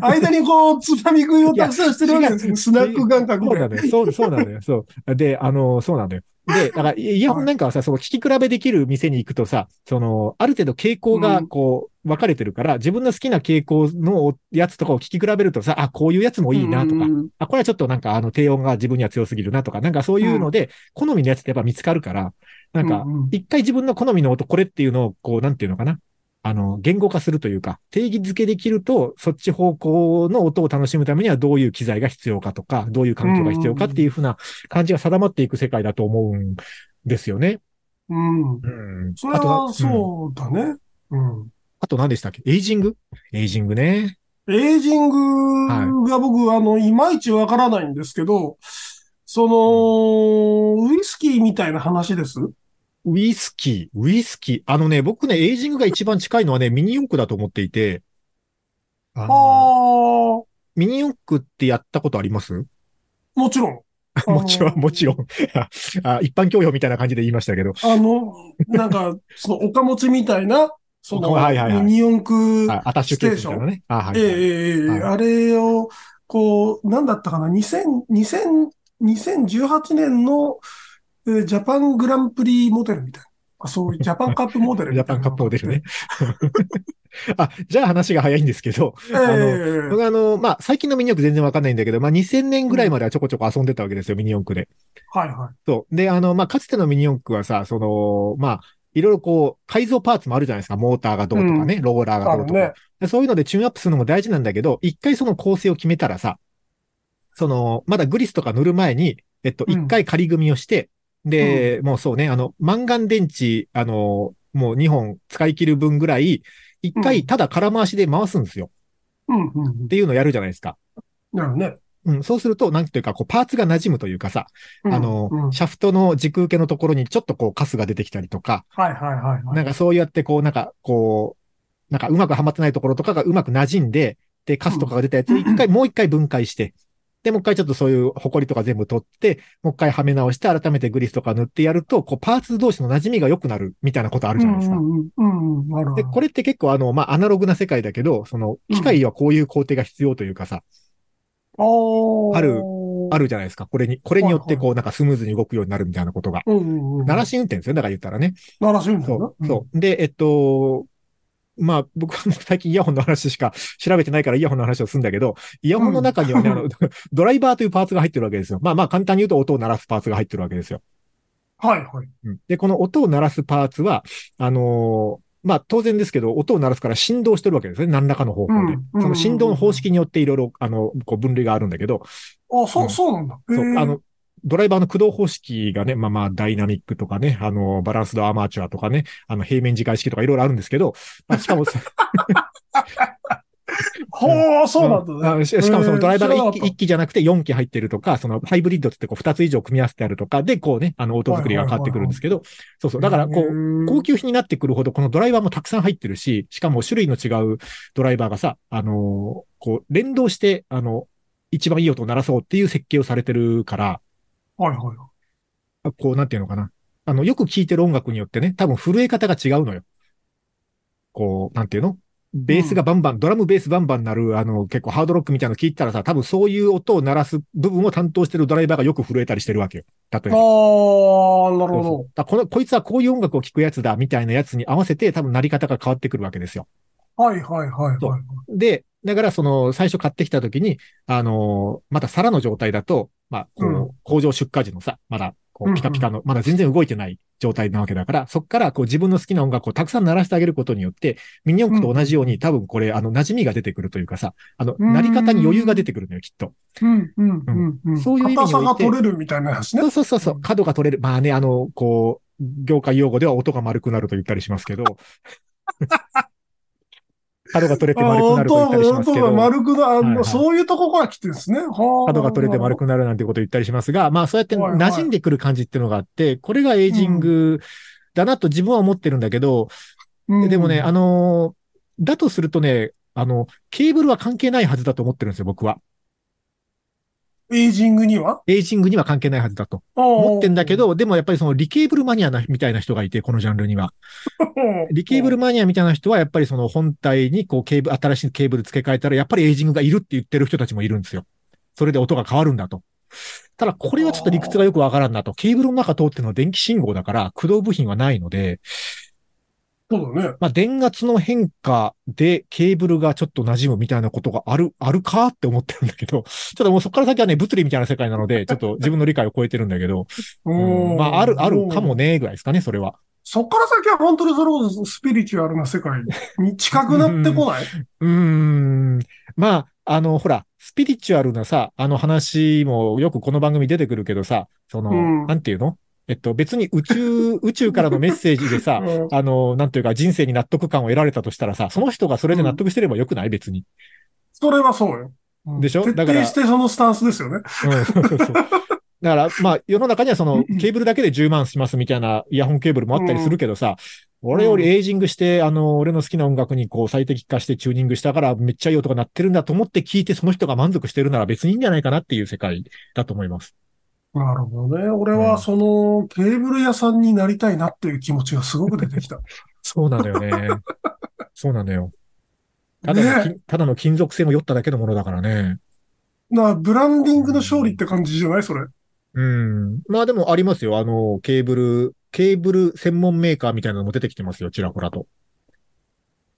間にこう、つまみ食いをたくさんしてるわけですね。スナック感覚
そうな
で。
のよ。そう、そうなのよ。そう。で、あの、そうなのよ。で、だから、イヤホンなんかはさ、その、聞き比べできる店に行くとさ、その、ある程度傾向が、こう、分かれてるから、自分の好きな傾向のやつとかを聞き比べるとさ、あ、こういうやつもいいなとか
う、ん
あ、これはちょっとなんかあの低音が自分には強すぎるなとか、なんかそういうので、好みのやつってやっぱ見つかるから、なんか
う、んうん
一回自分の好みの音これっていうのを、こう、なんていうのかな。あの、言語化するというか、定義づけできると、そっち方向の音を楽しむためにはどういう機材が必要かとか、どういう環境が必要かっていうふうな感じが定まっていく世界だと思うんですよね。
うん。
うん。
それ
あと
は、
うん
そうだね。うん。
あと何でしたっけエイジングエイジングね。
エイジングが僕、あの、いまいちわからないんですけど、その、ウイスキーみたいな話です。
ウイスキー、ウイスキー。あのね、僕ね、エイジングが一番近いのはね、ミニ四駆だと思っていて、あ
ああ、
の
も
ミニ四駆ってやったことあります
ちろん。あの
もちろん、もちろん。あ 一般教養みたいな感じで言いましたけど。
あの、なんか、その、おかもちみたいな、その、
はいはいはい
ミニ四駆、
あアタッシュケースみたいなね。あはい、
え
はい
えええええ
はい
あれを、こう、なんだったかな、2000、2000、2018年の、えージャパングランプリモデルみたいな。あそう、ジャパンカップモデル
ジ
み
ャパ
たい
ン
な
カップモデルね。 あ、じゃあ話が早いんですけど、
ええ。ええ
僕あの、まあ、最近のミニ四駆全然わかんないんだけど、まあ、2000年ぐらいまではちょこちょこ遊んでたわけですよ、ミニ四駆で。
はいは
そう。で、あの、まあ、かつてのミニ四駆はさ、その、まあ、いろいろこう、改造パーツもあるじゃないですか。モーターがどうとかね、ローラー
い。
が
あ
ど
る
うとか。
ね。
でそういうのでチューンアップするのも大事なんだけど、一回その構成を決めたらさ、その、まだグリスとか塗る前に、えっと、
うん
一回仮組みをして、で、もうそうね、あの、マンガン電池、あの、もう2本使い切る分ぐらい、一
う
回ただ空回しで回すんですよ。
うん、うん、うん
っ。ていうのをやるじゃないですか。
なるね。
うん、そうすると、なんていうか、こう、パーツが馴染むというかさ、
うん
あの、
うん
シャフトの軸受けのところにちょっとこう、カスが出てきたりとか、
はいはいはいはい。
なんかそうやってこう、なんかこう、なんかうまくはまってないところとかがうまく馴染んで、で、カスとかが出たやつを一回、もう一回分解して、で、もう一回ちょっとそういう埃とか全部取って、もう一回はめ直して、改めてグリスとか塗ってやると、こう、パーツ同士の馴染みが良くなるみたいなことあるじゃないですか
う。んうんうんうん、あるある
で、これって結構あの、まあ、アナログな世界だけど、その、機械はこういう工程が必要というかさ、
あ
あるあ
る。
るじゃないですか。これに、これによってこう、なんかスムーズに動くようになるみたいなことが。
うんうんうん。
鳴らし運転ですよ。だから言ったらね。
鳴らし運転な
そう。そう。で、えっと、まあ、僕はもう最近イヤホンの話しか調べてないからイヤホンの話をするんだけど、イヤホンの中にはね、
うん
あの、 ドライバーというパーツが入ってるわけですよ。まあまあ簡単に言うと音を鳴らすパーツが入ってるわけですよ。
うん。はいはい。
うんで、この音を鳴らすパーツは、あのーまあ当然ですけど、音を鳴らすから振動してるわけですね。何らかの方法で。
うん
その振動の方式によっていろいろ、あの、こう分類があるんだけど、
あ、
う
そ
ん
う、そうなんだ。
そう
へえ
あの、ドライバーの駆動方式がね、まあまあ、ダイナミックとかね、あの、バランスドアーマーチュアとかね、あの、平面自回式とかいろいろあるんですけど、まあ、しかも、
ほう、 そうなんだね。
あししかもそのドライバーが
えー
1
知らな
機
かった
一機じゃなくて4機入ってるとか、そのハイブリッドって言ってこう2つ以上組み合わせてあるとかで、こうね、あの、音作りが変わってくるんですけど、そうそう。だから、こう、
う
高級品になってくるほど、このドライバーもたくさん入ってるし、しかも種類の違うドライバーがさ、あのーこう、連動して、あの、一番いい音を鳴らそうっていう設計をされてるから、
はいはいはい。
こう、なんていうのかな。あの、よく聴いてる音楽によってね、多分震え方が違うのよ。こう、なんていうのベースがバンバン、ドラムベースバンバンなる、あの、結構ハードロックみたいなの聞いてたらさ、多分そういう音を鳴らす部分を担当してるドライバーがよく震えたりしてるわけよ。例えば
あ。ー、なる
そう
ほ
そう
ど。
だからこの、こいつはこういう音楽を聴くやつだ、みたいなやつに合わせて、多分鳴り方が変わってくるわけですよ。
はいはいはい
そ
はい。
で、だからその、最初買ってきた時に、あのーまだ皿の状態だと、まあ、こう、
うん
工場出荷時のさ、まだ、こ
うん
う、
うん
ピカピカの、まだ全然動いてない状態なわけだから、そっから、こう、自分の好きな音楽をたくさん鳴らしてあげることによって、ミニ四駆と同じように、多分これ、あの、馴染みが出てくるというかさ、あの、
うん
鳴り方に余裕が出てくるのよ、きっと。
うんうんうんうん。
そういう意味において
硬さが取れるみたいな話ね
そう。そうそうそうう、
ん
角が取れる。まあね、あの、こう、業界用語では音が丸くなると言ったりしますけ ど、角が取れて丸くなると言ったりしますけ
あ音が
ど、
丸くな、あ
はいはい
そういうとこから来てるんですね。はあ
角が取れて丸くなるなんてこと言ったりしますが、まあそうやって
はいはい
馴染んでくる感じっていうのがあって、これがエイジングだなと自分は思ってるんだけど、
うん
でもね、あの、だとするとね、あの、ケーブルは関係ないはずだと思ってるんですよ、僕は。
エイジングには
エイジングには関係ないはずだと思
持
ってんだけ、ど、でもやっぱりそのリケーブルマニアなみたいな人がいて、このジャンルには。リケーブルマニアみたいな人は、やっぱりその本体にこうケーブル、新しいケーブル付け替えたら、やっぱりエイジングがいるって言ってる人たちもいるんですよ。それで音が変わるんだと。ただ、これはちょっと理屈がよくわからんなと。ケーブルの中通ってるのは電気信号だから、駆動部品はないので、
そうだね。
まあ、電圧の変化でケーブルがちょっと馴染むみたいなことがある、あるかって思ってるんだけど、ちょっともうそこから先はね、物理みたいな世界なので、ちょっと自分の理解を超えてるんだけど、 うんまあ、ある、あるかも
ね。
ね、ぐらいですかね、それは。
そっから先は本当にそれこそスピリチュアルな世界に近くなってこない
うーん。まあ、あの、ほら、スピリチュアルなさ、あの話もよくこの番組出てくるけどさ、その、
うん
なんていうのえっと、別に宇宙、宇宙からのメッセージでさ、
うん
あの、なんていうか人生に納得感を得られたとしたらさ、その人がそれで納得してればよくない別に。
それはそうよ。うん
でしょ
徹
だ
底
から
してそのスタンスですよね。
うん、そうそうそう。だから、まあ、世の中にはその、ケーブルだけで10万しますみたいなイヤホンケーブルもあったりするけどさ、俺よりエイジングして、あの、俺の好きな音楽にこう最適化してチューニングしたからめっちゃいい音が鳴ってるんだと思って聞いてその人が満足してるなら別にいいんじゃないかなっていう世界だと思います。
なるほどね。俺はそのケーブル屋さんになりたいなっていう気持ちがすごく出てきた。
そうなのよね。そうなのよ。ただの
ね
金、ただの金属製も酔っただけのものだからね。
な、ブランディングの勝利って感じじゃないそれ。
うん。まあでもありますよ。あの、ケーブル、ケーブル専門メーカーみたいなのも出てきてますよ。ちらほらと。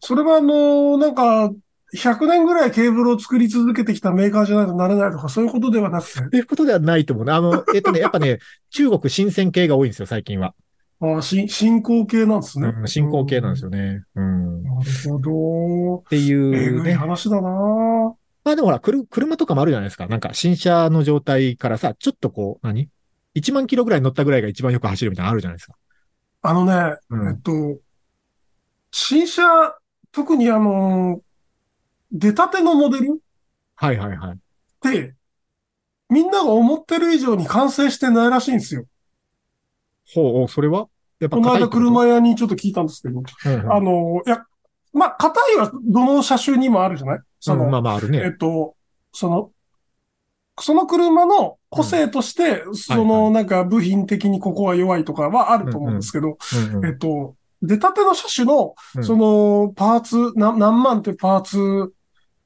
それはあの、なんか、100年ぐらいケーブルを作り続けてきたメーカーじゃないとなれないとか、そういうことではなくて、
ということではないと思うね。あ の、えっとね、やっぱね、中国新鮮系が多いんですよ、最近は。
ああ、し進行形なんですね
う。ん、進行系なんですよね。うん。っ
なるほど。
てい
え
う
ぐい
ね。
話だな
まあでもほら、くる車とかもあるじゃないですか。なんか、新車の状態からさ、ちょっとこう、何 ?1 万キロぐらい乗ったぐらいが一番よく走るみたいなのあるじゃないですか。
あのね、
う
え
ん
っ。と、新車、特にあの、出たてのモデルっ
はいはいはい。
て、みんなが思ってる以上に完成してないらしいんですよ。
ほう、おそれはやっぱ
この
硬い
間
ってこと
車屋にちょっと聞いたんですけど、
うんうん
あの、いや、まあ、硬いはどの車種にもあるじゃないその、
うんまあまあある
え
ね。
っと、その、その車の個性として、そのなんか部品的にここは弱いとかはあると思うんですけど、
うんう
え
ん
っと、出たての車種の、
うん
そのパーツ、な何万ってパーツ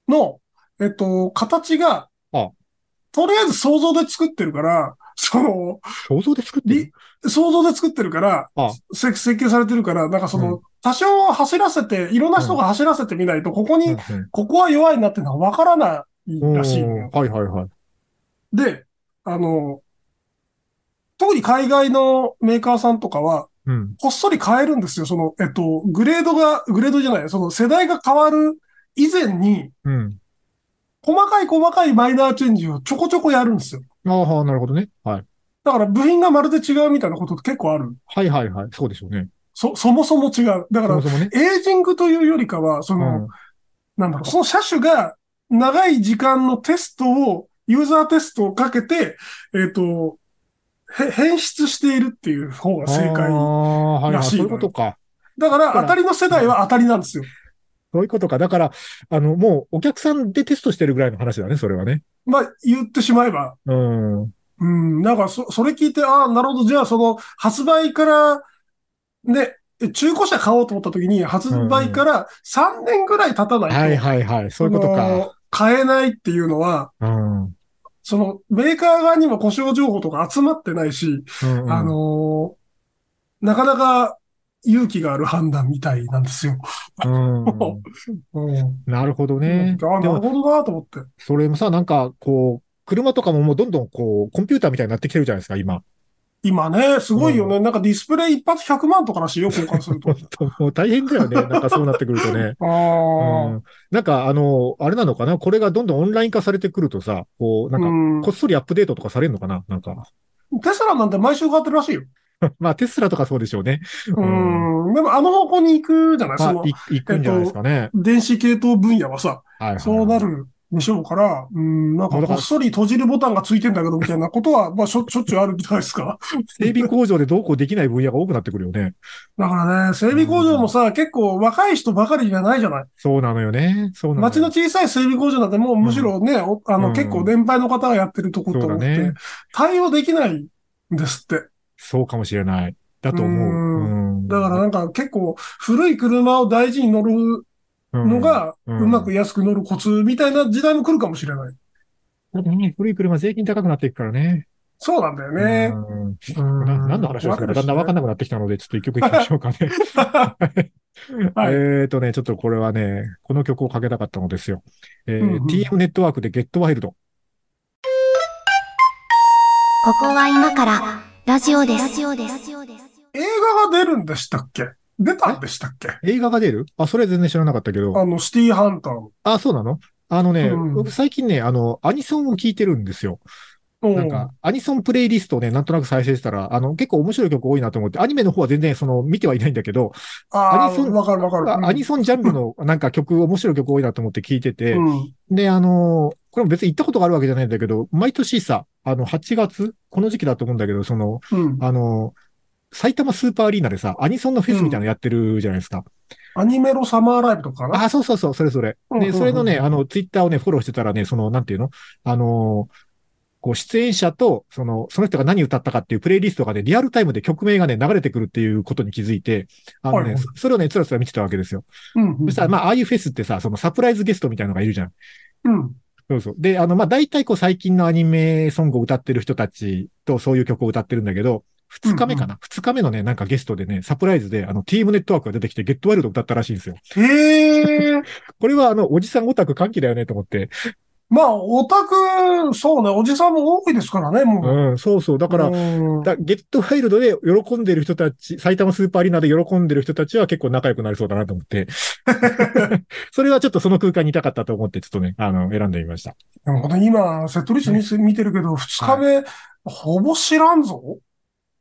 の、えっと、形が
あ、
とりあえず想像で作ってるから、その、
想像で作ってる
想像で作ってるから
あ、
せ設計されてるから、なんかそうの、多少走らせて、いろんな人が走らせてみないと、ここ
うん
に、ここは弱いなってのはわからない
うん
らしいのよ。
はいはいはい。
で、あの、特に海外のメーカーさんとかは、
うん。
こっそり変えるんですよ。その、えっと、グレードが、グレードじゃない、その世代が変わる以前に、
うん。
細かい細かいマイナーチェンジをちょこちょこやるんですよ。
ああ、なるほどね。はい。
だから部品がまるで違うみたいなことって結構ある。
はいはいはい。そうでしょうね。
そ、そもそも違う。だか
そも
ら、
そもね。
エイジングというよりかは、その、
うん
なんだろう、その車種が長い時間のテストを、ユーザーテストをかけて、えっ、と、へ変質しているっていう方が正解
あ。あ、はいは
ら
い。
し
そ
い
う
の
い
よ
うことか。
だから、当たりの世代は当たりなんですよ。
そういうことか。だから、あの、もうお客さんでテストしてるぐらいの話だね、それはね。
まあ、言ってしまえば。
うん。
うん、なんか、そ、それ聞いて、ああ、なるほど、じゃあ、その、発売から、ね、中古車買おうと思った時に、発売から3年ぐらい経たないと、
はいはいはい。そういうこと
そ
か。
の買えないっていうのは、
うん。うん
その、メーカー側にも故障情報とか集まってないし、
うん
あのーなかなか勇気がある判断みたいなんですよ。
うん
うん。
なるほど
あ、
ね。
なる
で
ほ
も、
どなと思って。
それもさ、なんか、こう、車とかももうどんどんこう、コンピューターみたいになってきてるじゃないですか、 今。
今ね、すごいよね。なんかディスプレイ一発100万とからしいよ、交換すると。
本当 もう大変だよね。なんかそうなってくると ね。
あ
う
あ。
ん、なんか、あの、あれなのかなこれがどんどんオンライン化されてくるとさ、こう、なんか、
うん
こっそりアップデートとかされるのかななんか。
テスラなんて毎週変わってるらしいよ。
まあ、テスラとかそうでしょうね。ん
うん。でもあの方向に行くじゃな
ま
いそ
あ、
の
い、いくんじゃないですかね。
電子系統分野はさ、
はいはいはい
そうなるでしょうから、うん、なんか
もうだから
こっそり閉じるボタンがついてんだけど、みたいなことは、まあしょ、し ょっちゅうあるじゃないですか。
整備工場でどうこうできない分野が多くなってくるよね。
だからね、整備工場もさ、結構若い人ばかりじゃないじゃない
そうなのよね。そうなのよ。
町の小さい整備工場なんてもうむしろね、おあ
う
の、
ん
結構年配の方がやってるところと
そ
思
う
っ
だ
て、
ね。
対応できないんですって。
そうかもしれない。だと思う。
うん
うん
だからなんか結構古い車を大事に乗るの、が、う
うんうん
まく安く乗るコツみたいな時代も来るかもしれない。
うん古い車税金高くなっていくからね。
そうなんだよね。
うん
うん
な何の話をするかだんだん分かんなくなってきたので、ちょっと一曲いきましょうかね。
はい
えっとね、ちょっとこれはね、この曲をかけたかったのですよ。えー
うんうん
TM ネットワークで Get Wild。
ここは今からラジオです。ラジオです。
映画が出るんでしたっけ出たんでしたっけ
映画が出るあ、それは全然知らなかったけど。
あの、シティハンターの。
あ、そうなのあのね、
うん
僕最近ね、あの、アニソンを聴いてるんですよ。
うん
なんか、アニソンプレイリストをね、なんとなく再生したら、あの、結構面白い曲多いなと思って、アニメの方は全然その、見てはいないんだけど、
あ
アニソ
ー
ン
わかるわかる。
あアニソンジャンルのなんか曲、面白い曲多いなと思って聞いてて、
うん
で、あのーこれも別に行ったことがあるわけじゃないんだけど、毎年さ、あの、8月この時期だと思うんだけど、その、
うん。
あのー埼玉スーパーアリーナでさ、アニソンのフェスみたいなのやってるじゃないですか。
アニメロサマーライブとかかな
あ、そうそうそう、それそれ。
うんうんうん
で、それのね、あの、ツイッターをね、フォローしてたらね、その、なんていうのあのーこう、出演者と、その、その人が何歌ったかっていうプレイリストがね、リアルタイムで曲名がね、流れてくるっていうことに気づいて、あの
はい
ね、
はい
そそれをね、つらつら見てたわけですよ。
うんうん
そしたら、まあ、ああいうフェスってさ、そのサプライズゲストみたいなのがいるじゃん。
うん。
そうそう。で、あの、まあ、大体こう最近のアニメソングを歌ってる人たちとそういう曲を歌ってるんだけど、二日目かな、二、日目のね、なんかゲストでね、サプライズで、あの、TM ネットワークが出てきて、ゲットワイルド歌ったらしいんですよ。
へえ。
これはあの、おじさんオタク歓喜だよねと思って。
まあ、オタク、そうね、おじさんも多いですからね、もう。
うん、そうそう。だから、
うん
だゲットワイルドで喜んでる人たち、埼玉スーパーアリーナで喜んでる人たちは結構仲良くなりそうだなと思 って。それはちょっとその空間にいたかったと思って、ちょっとね、あの、選んでみました。
でもこれ今、セットリスト見せ見てるけど、二日目、ほぼ知らんぞ。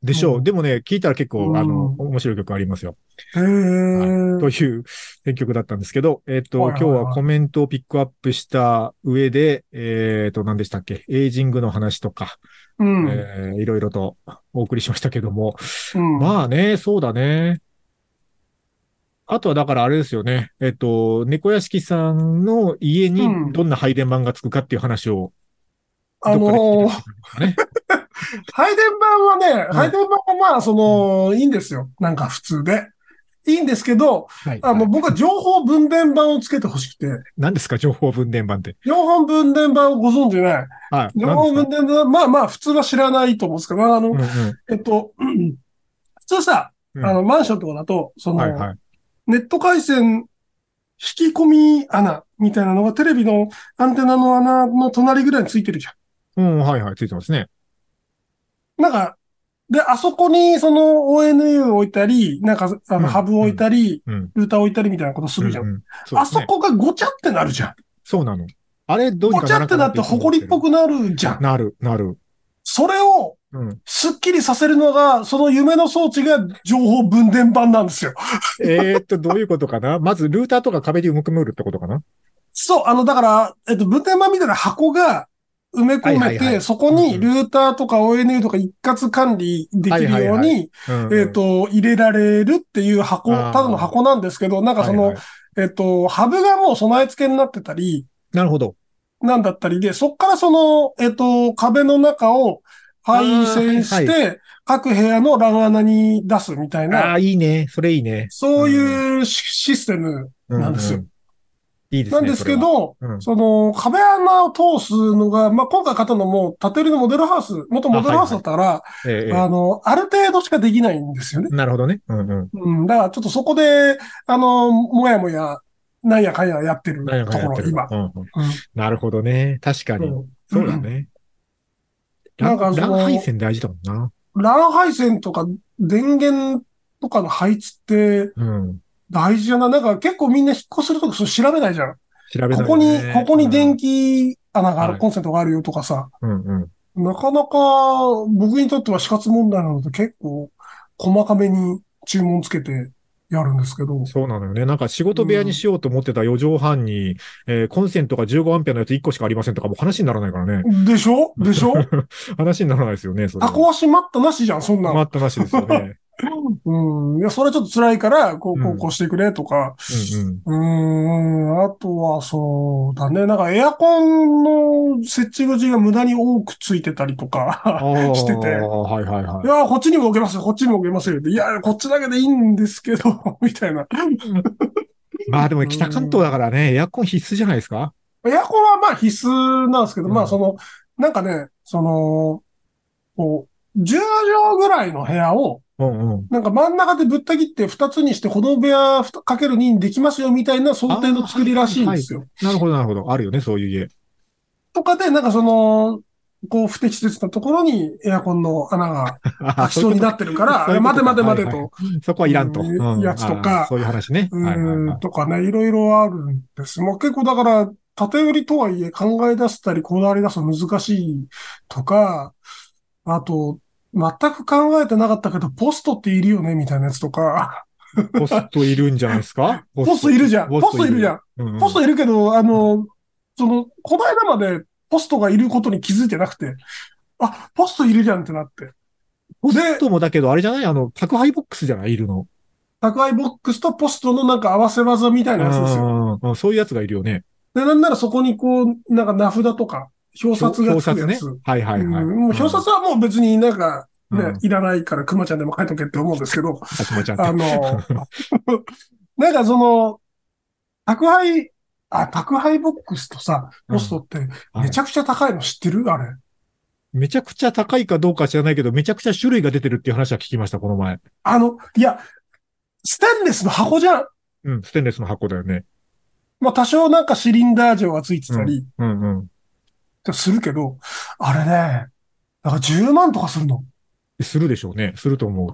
でしょう。
うん
でもね、聞いたら結構、あの、
う
面白い曲ありますよ。
へえ。
という選曲だったんですけど、えっ、と、
はい
今
は
日
いはい
はコメントをピックアップした上で、えっ、と、何でしたっけ、エイジングの話とか、
うん。
えーいろいろとお送りしましたけども、
うん
まあね、そうだね。あとはだからあれですよね。えっと、猫屋敷さんの家に
うん
どんな配電盤がつくかっていう話を、
あ
どっかで聞いて
のー、
ま したね。
配電盤はね、
うん
配電盤はまあ、その、いいんですよ。なんか普通で。いいんですけど、
はい。
あの、僕は情報分電盤をつけてほしくて、
何ですか情報分電盤って。
情報分電盤をご存知ない。
はい。
情
何
報
です
分電盤、まあまあ、普通は知らないと思うんですけど、あの、
かうん
えっと、 うん普通さ、
うん
あの、マンションとかだと、そ
うん。
の、
はいはい。
ネット回線、引き込み穴みたいなのがテレビのアンテナの穴の隣ぐらいについてるじゃ
うん、はいはい。ついてますね。
ん。なんか、で、あそこにその ONU を置いたり、なんか、あ
うん
の、ハブを置いたり、
うん。
ルーター置いたりみたいなことするじゃん。
ううそう
あ
です
そ
ね。
こがごちゃってなるじゃん。
そうなの。あれ、どうに
ご
か
ちゃってなって、
ほ
埃っぽくなるじゃん。
なる、なる。
それを、
うん。
すっきりさせるのが、その夢の装置が情報分電盤なんですよ。
えーっと、どういうことかなまず、ルーターとか壁に埋め込るってことかな
そう、あの、だから、えっと、分電盤みたいな箱が埋め込
は
め
いはいはい
て、そこにルーターとか ONU とか一括管理できる
はい
よう
はい
に、えっ、と、入れられるっていう箱、
あー
ただの箱なんですけど、なん
な
かその、えっと、ハブがもう備え付けになってたり、
なるほど。
なんだったりで、そっからその、えっと、壁の中を配線
あ
し
ーは
て、各部屋のラン穴に出すみたい
あ
な、
あ、いいね。それいいね。
そういうシシステム
う
なんですよ
ういいですね。
なんですけ
それは、
ど、
うん
その、壁穴を通すのが、まあ、今回買ったのも、建て売りのモデルハウス、元モデルハウスだったから、
ええええ
あの、ある程度しかできないんですよね。
なるほどね。うんう
うん、だからちょっとそこで、あの、もやもや、なんやかんややってる
ん。
と
かや
こ
って
ろ、
る
今。
うんうんなるほどね。確かに。
うん
そうだね。
うん
ラン
なんかそ
ラン
の
配線大事だもんな。
乱配線とか電源とかの配置って
うん。
大事じゃないなんか結構みんな引っ越しするときそれ調べないじゃん。
調べない
こ
とね
こに、ここに電。気穴があ
は
る、
い
コンセントがあるよとかさ。
うんうん。
なかなか僕にとっては死活問題なので結構細かめに注文つけてやるんですけど。
そうなのよね。なんか仕事部屋にしようと思ってた4畳半に、えーコンセントが15アンペアのやつ1個しかありませんとか、もう話にならないからね。
でしょでしょ
話にならないですよね、それ
タ
は。
コは閉まったなしじゃん、そんなの
困ったなしですよ ね。
うん。いや、それはちょっと辛いから、こう、こ
うん
う、こうしてくれとか。
うんうん。
うーん。あとは、そうだね。なんか、エアコンの設置口が無駄に多くついてたりとか。
ああ、
してて
はいはいはい
や、こっちにも置けますよ、こっちにも置けますよ。いや、こっちだけでいいんですけど、みたいな。
い。まあでも北関東だからね、エアコン必須じゃないですか
エアコンはまあ必須なんですけど、
うん
まあ、その、なんかね、その、こう、10畳ぐらいの部屋を、
うんうん。
なんか真ん中でぶった切って2つにして、この部屋ふたかける2にできますよ、みたいな想定の作りらしいんですよ。
なるほどなるほど。あるよね、そういう家。
とかで、なんかその、こう不適切なところにエアコンの穴が開きそうになってるから、
そういうこと
待て待て待て
はい
と、
そこはいらんと。
うん
うん
やつとか
あーそういう話ね。
う
はいはい
ー
は
ん、とかね、いろいろあるんです。もう結構だから、縦売りとはいえ考え出したりこだわり出すの難しいとか、あと、全く考えてなかったけど、ポストっているよね、みたいなやつとか、
い。ポストいるんじゃないです かポ
ポストいるじゃん、ポストいるじゃん。
ん
ポストいるけど、あの、その、この間までポストがいることに気づいてなくて、あ、ポストいるじゃんってなって。
ポ
で
ストもだけど、あれじゃないあの、宅配ボックスじゃないいるの。
宅配ボックスとポストのなんか合わせ技みたいなやつですよ。
うんそういうやつがいるよね。
で、なんならそこにこう、なんか名札とか、表札が
表
つく
札
や
ね
つ。。
はいはいはい。
うんもう表札はもう別になんか、ね、
うん
いらないから熊ちゃんでも書いとけって思うんですけど、
さすがちゃん
あ
と。
の、 なんかその、宅配、あ、宅配ボックスとさ、ポストって
うん
めちゃくちゃ高いの知ってるあれ。
めちゃくちゃ高いかどうか知らないけど、めちゃくちゃ種類が出てるっていう話は聞きました、この前。
あの、いや、ステンレスの箱じゃん。
うん、ステンレスの箱だよね。
まあ多少なんかシリンダー錠がついてたり
うんうん。
するけど、あれね、なんか10万とかするの。
するでしょうね。すると思う。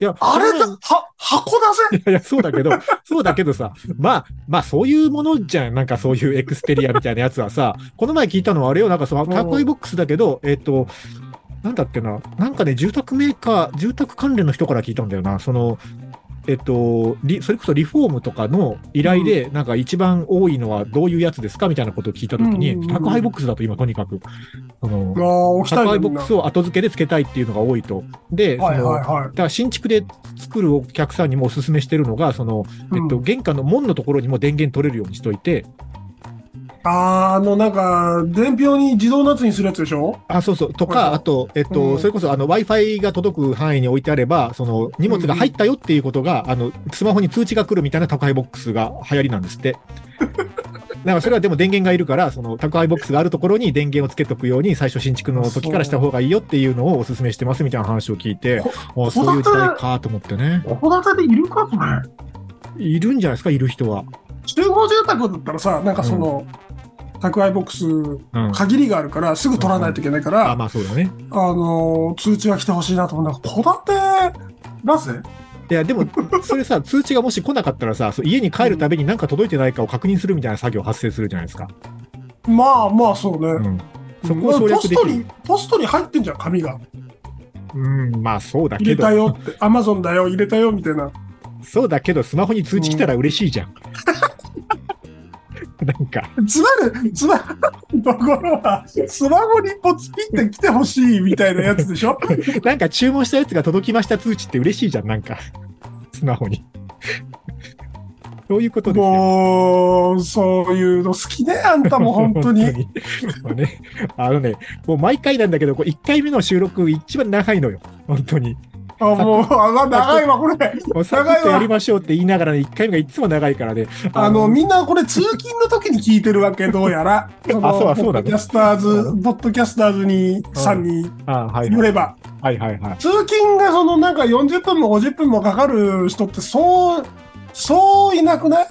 いや、
あれだ、
そ
は、箱だ
い
ぜ
やいや、そうだけど、そうだけどさ、まあ、まあ、そういうものじゃん。なんかそういうエクステリアみたいなやつはさ、この前聞いたのはあれよ、なんかその、タコイボックスだけど、えっ、と、なんだっけな、なんかね、住宅メーカー、住宅関連の人から聞いたんだよな、その、えっと、リそれこそリフォームとかの依頼で、なんか一番多いのはどういうやつですかみたいなことを聞いたときに、
うんうんうん
宅配ボックスだと今とにかく、その、
ああ、起きた
宅
い
配
ね
ボックスを後付けで付けたいっていうのが多いと。で、
はい
その
はいはい
だ。から新築で作るお客さんにもお勧めしてるのが、その、えっと、玄関の門のところにも電源取れるようにしといて、
あーあの、なんか、伝票に自動のやつにするやつでしょ
あ、そうそう、と
はいは
か、
い
あと、えっと、
うん
それこそ、あの、Wi-Fi が届く範囲に置いてあれば、その、荷物が入ったよっていうことが、あの、スマホに通知が来るみたいな宅配ボックスが流行りなんです って。だからそれはでも電源がいるから、その宅配ボックスがあるところに電源をつけとくように、最初新築の時からした方がいいよっていうのをお勧めしてますみたいな話を聞いて、あそういう時代かと思ってね。
戸建てでいるか、それ。
いるんじゃないですか、いる人は。
集合住宅だったらさ、なんかその、宅配ボックス、
うん。
限りがあるから、すぐ取らないといけないから、
あ、まあそうだね。
あのー通知が来てほしいなと思うんだけど、戸建て、なぜ
いや、でも、それさ、通知がもし来なかったらさ、そう家に帰るたびに何か届いてないかを確認するみたいな作業発生するじゃないですか。
まあまあ、そう
う
ね。
ん。そこを省
ポ
略
ス
で
ト
きる
に。、ポストに入ってんじゃん、紙が。
うん、まあそうだ
入
け
れ
ど
た、よって、アマゾンだよ、入れたよ、みたいな。
そうだけど、スマホに通知来たら嬉しいじゃん。 なんか、
つまる、つまるところは、スマホにポツピって来てほしいみたいなやつでしょ
なんか注文したやつが届きました通知って嬉しいじゃん、なんか、スマホに。そういうことですよ。
もう、そういうの好きね、あんたも本 当に。
本当に。もうね、あのね、もう毎回なんだけど、こう1回目の収録、一番長いのよ、本当に。
あ、もう、あ長いわ、これ。
もうサクッとやりましょうって言いながらね、1回目がいつも長いからね。
あの、みんなこれ通勤の時に聞いてるわけ、どうやら。そ の
あそうだそうだね
ポッドキャスターズ、ポッドキャスターズに、さんに
あはい
よ
はい
れば。
はいはいはい。
通勤がそのなんか40分も50分もかかる人って、そう、そういなくない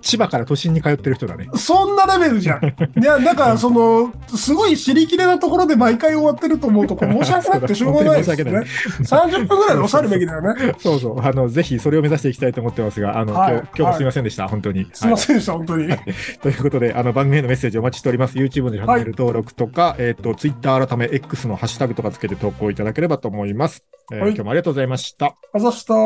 千葉から都心に通ってる人だね。
そんなレベルじゃん。いや、だから、その、すごい尻切れなところで毎回終わってると思うと、これ申し訳なくてしょうがないですね。30分ぐらいで抑えるべきだよね。
そうそう、あの、ぜひそれを目指していきたいと思ってますが、あの、
はい
今日、今日もすみませんでした、本当に。
すいま
は
せんでした、本当に。
いということで、あの、番組へのメッセージお待ちしております。YouTube のチャンネル登録とか、えっ、と、Twitter 改め X のハッシュタグとかつけて投稿いただければと思います。えー
はい
今日もありがとうございました。
あざした。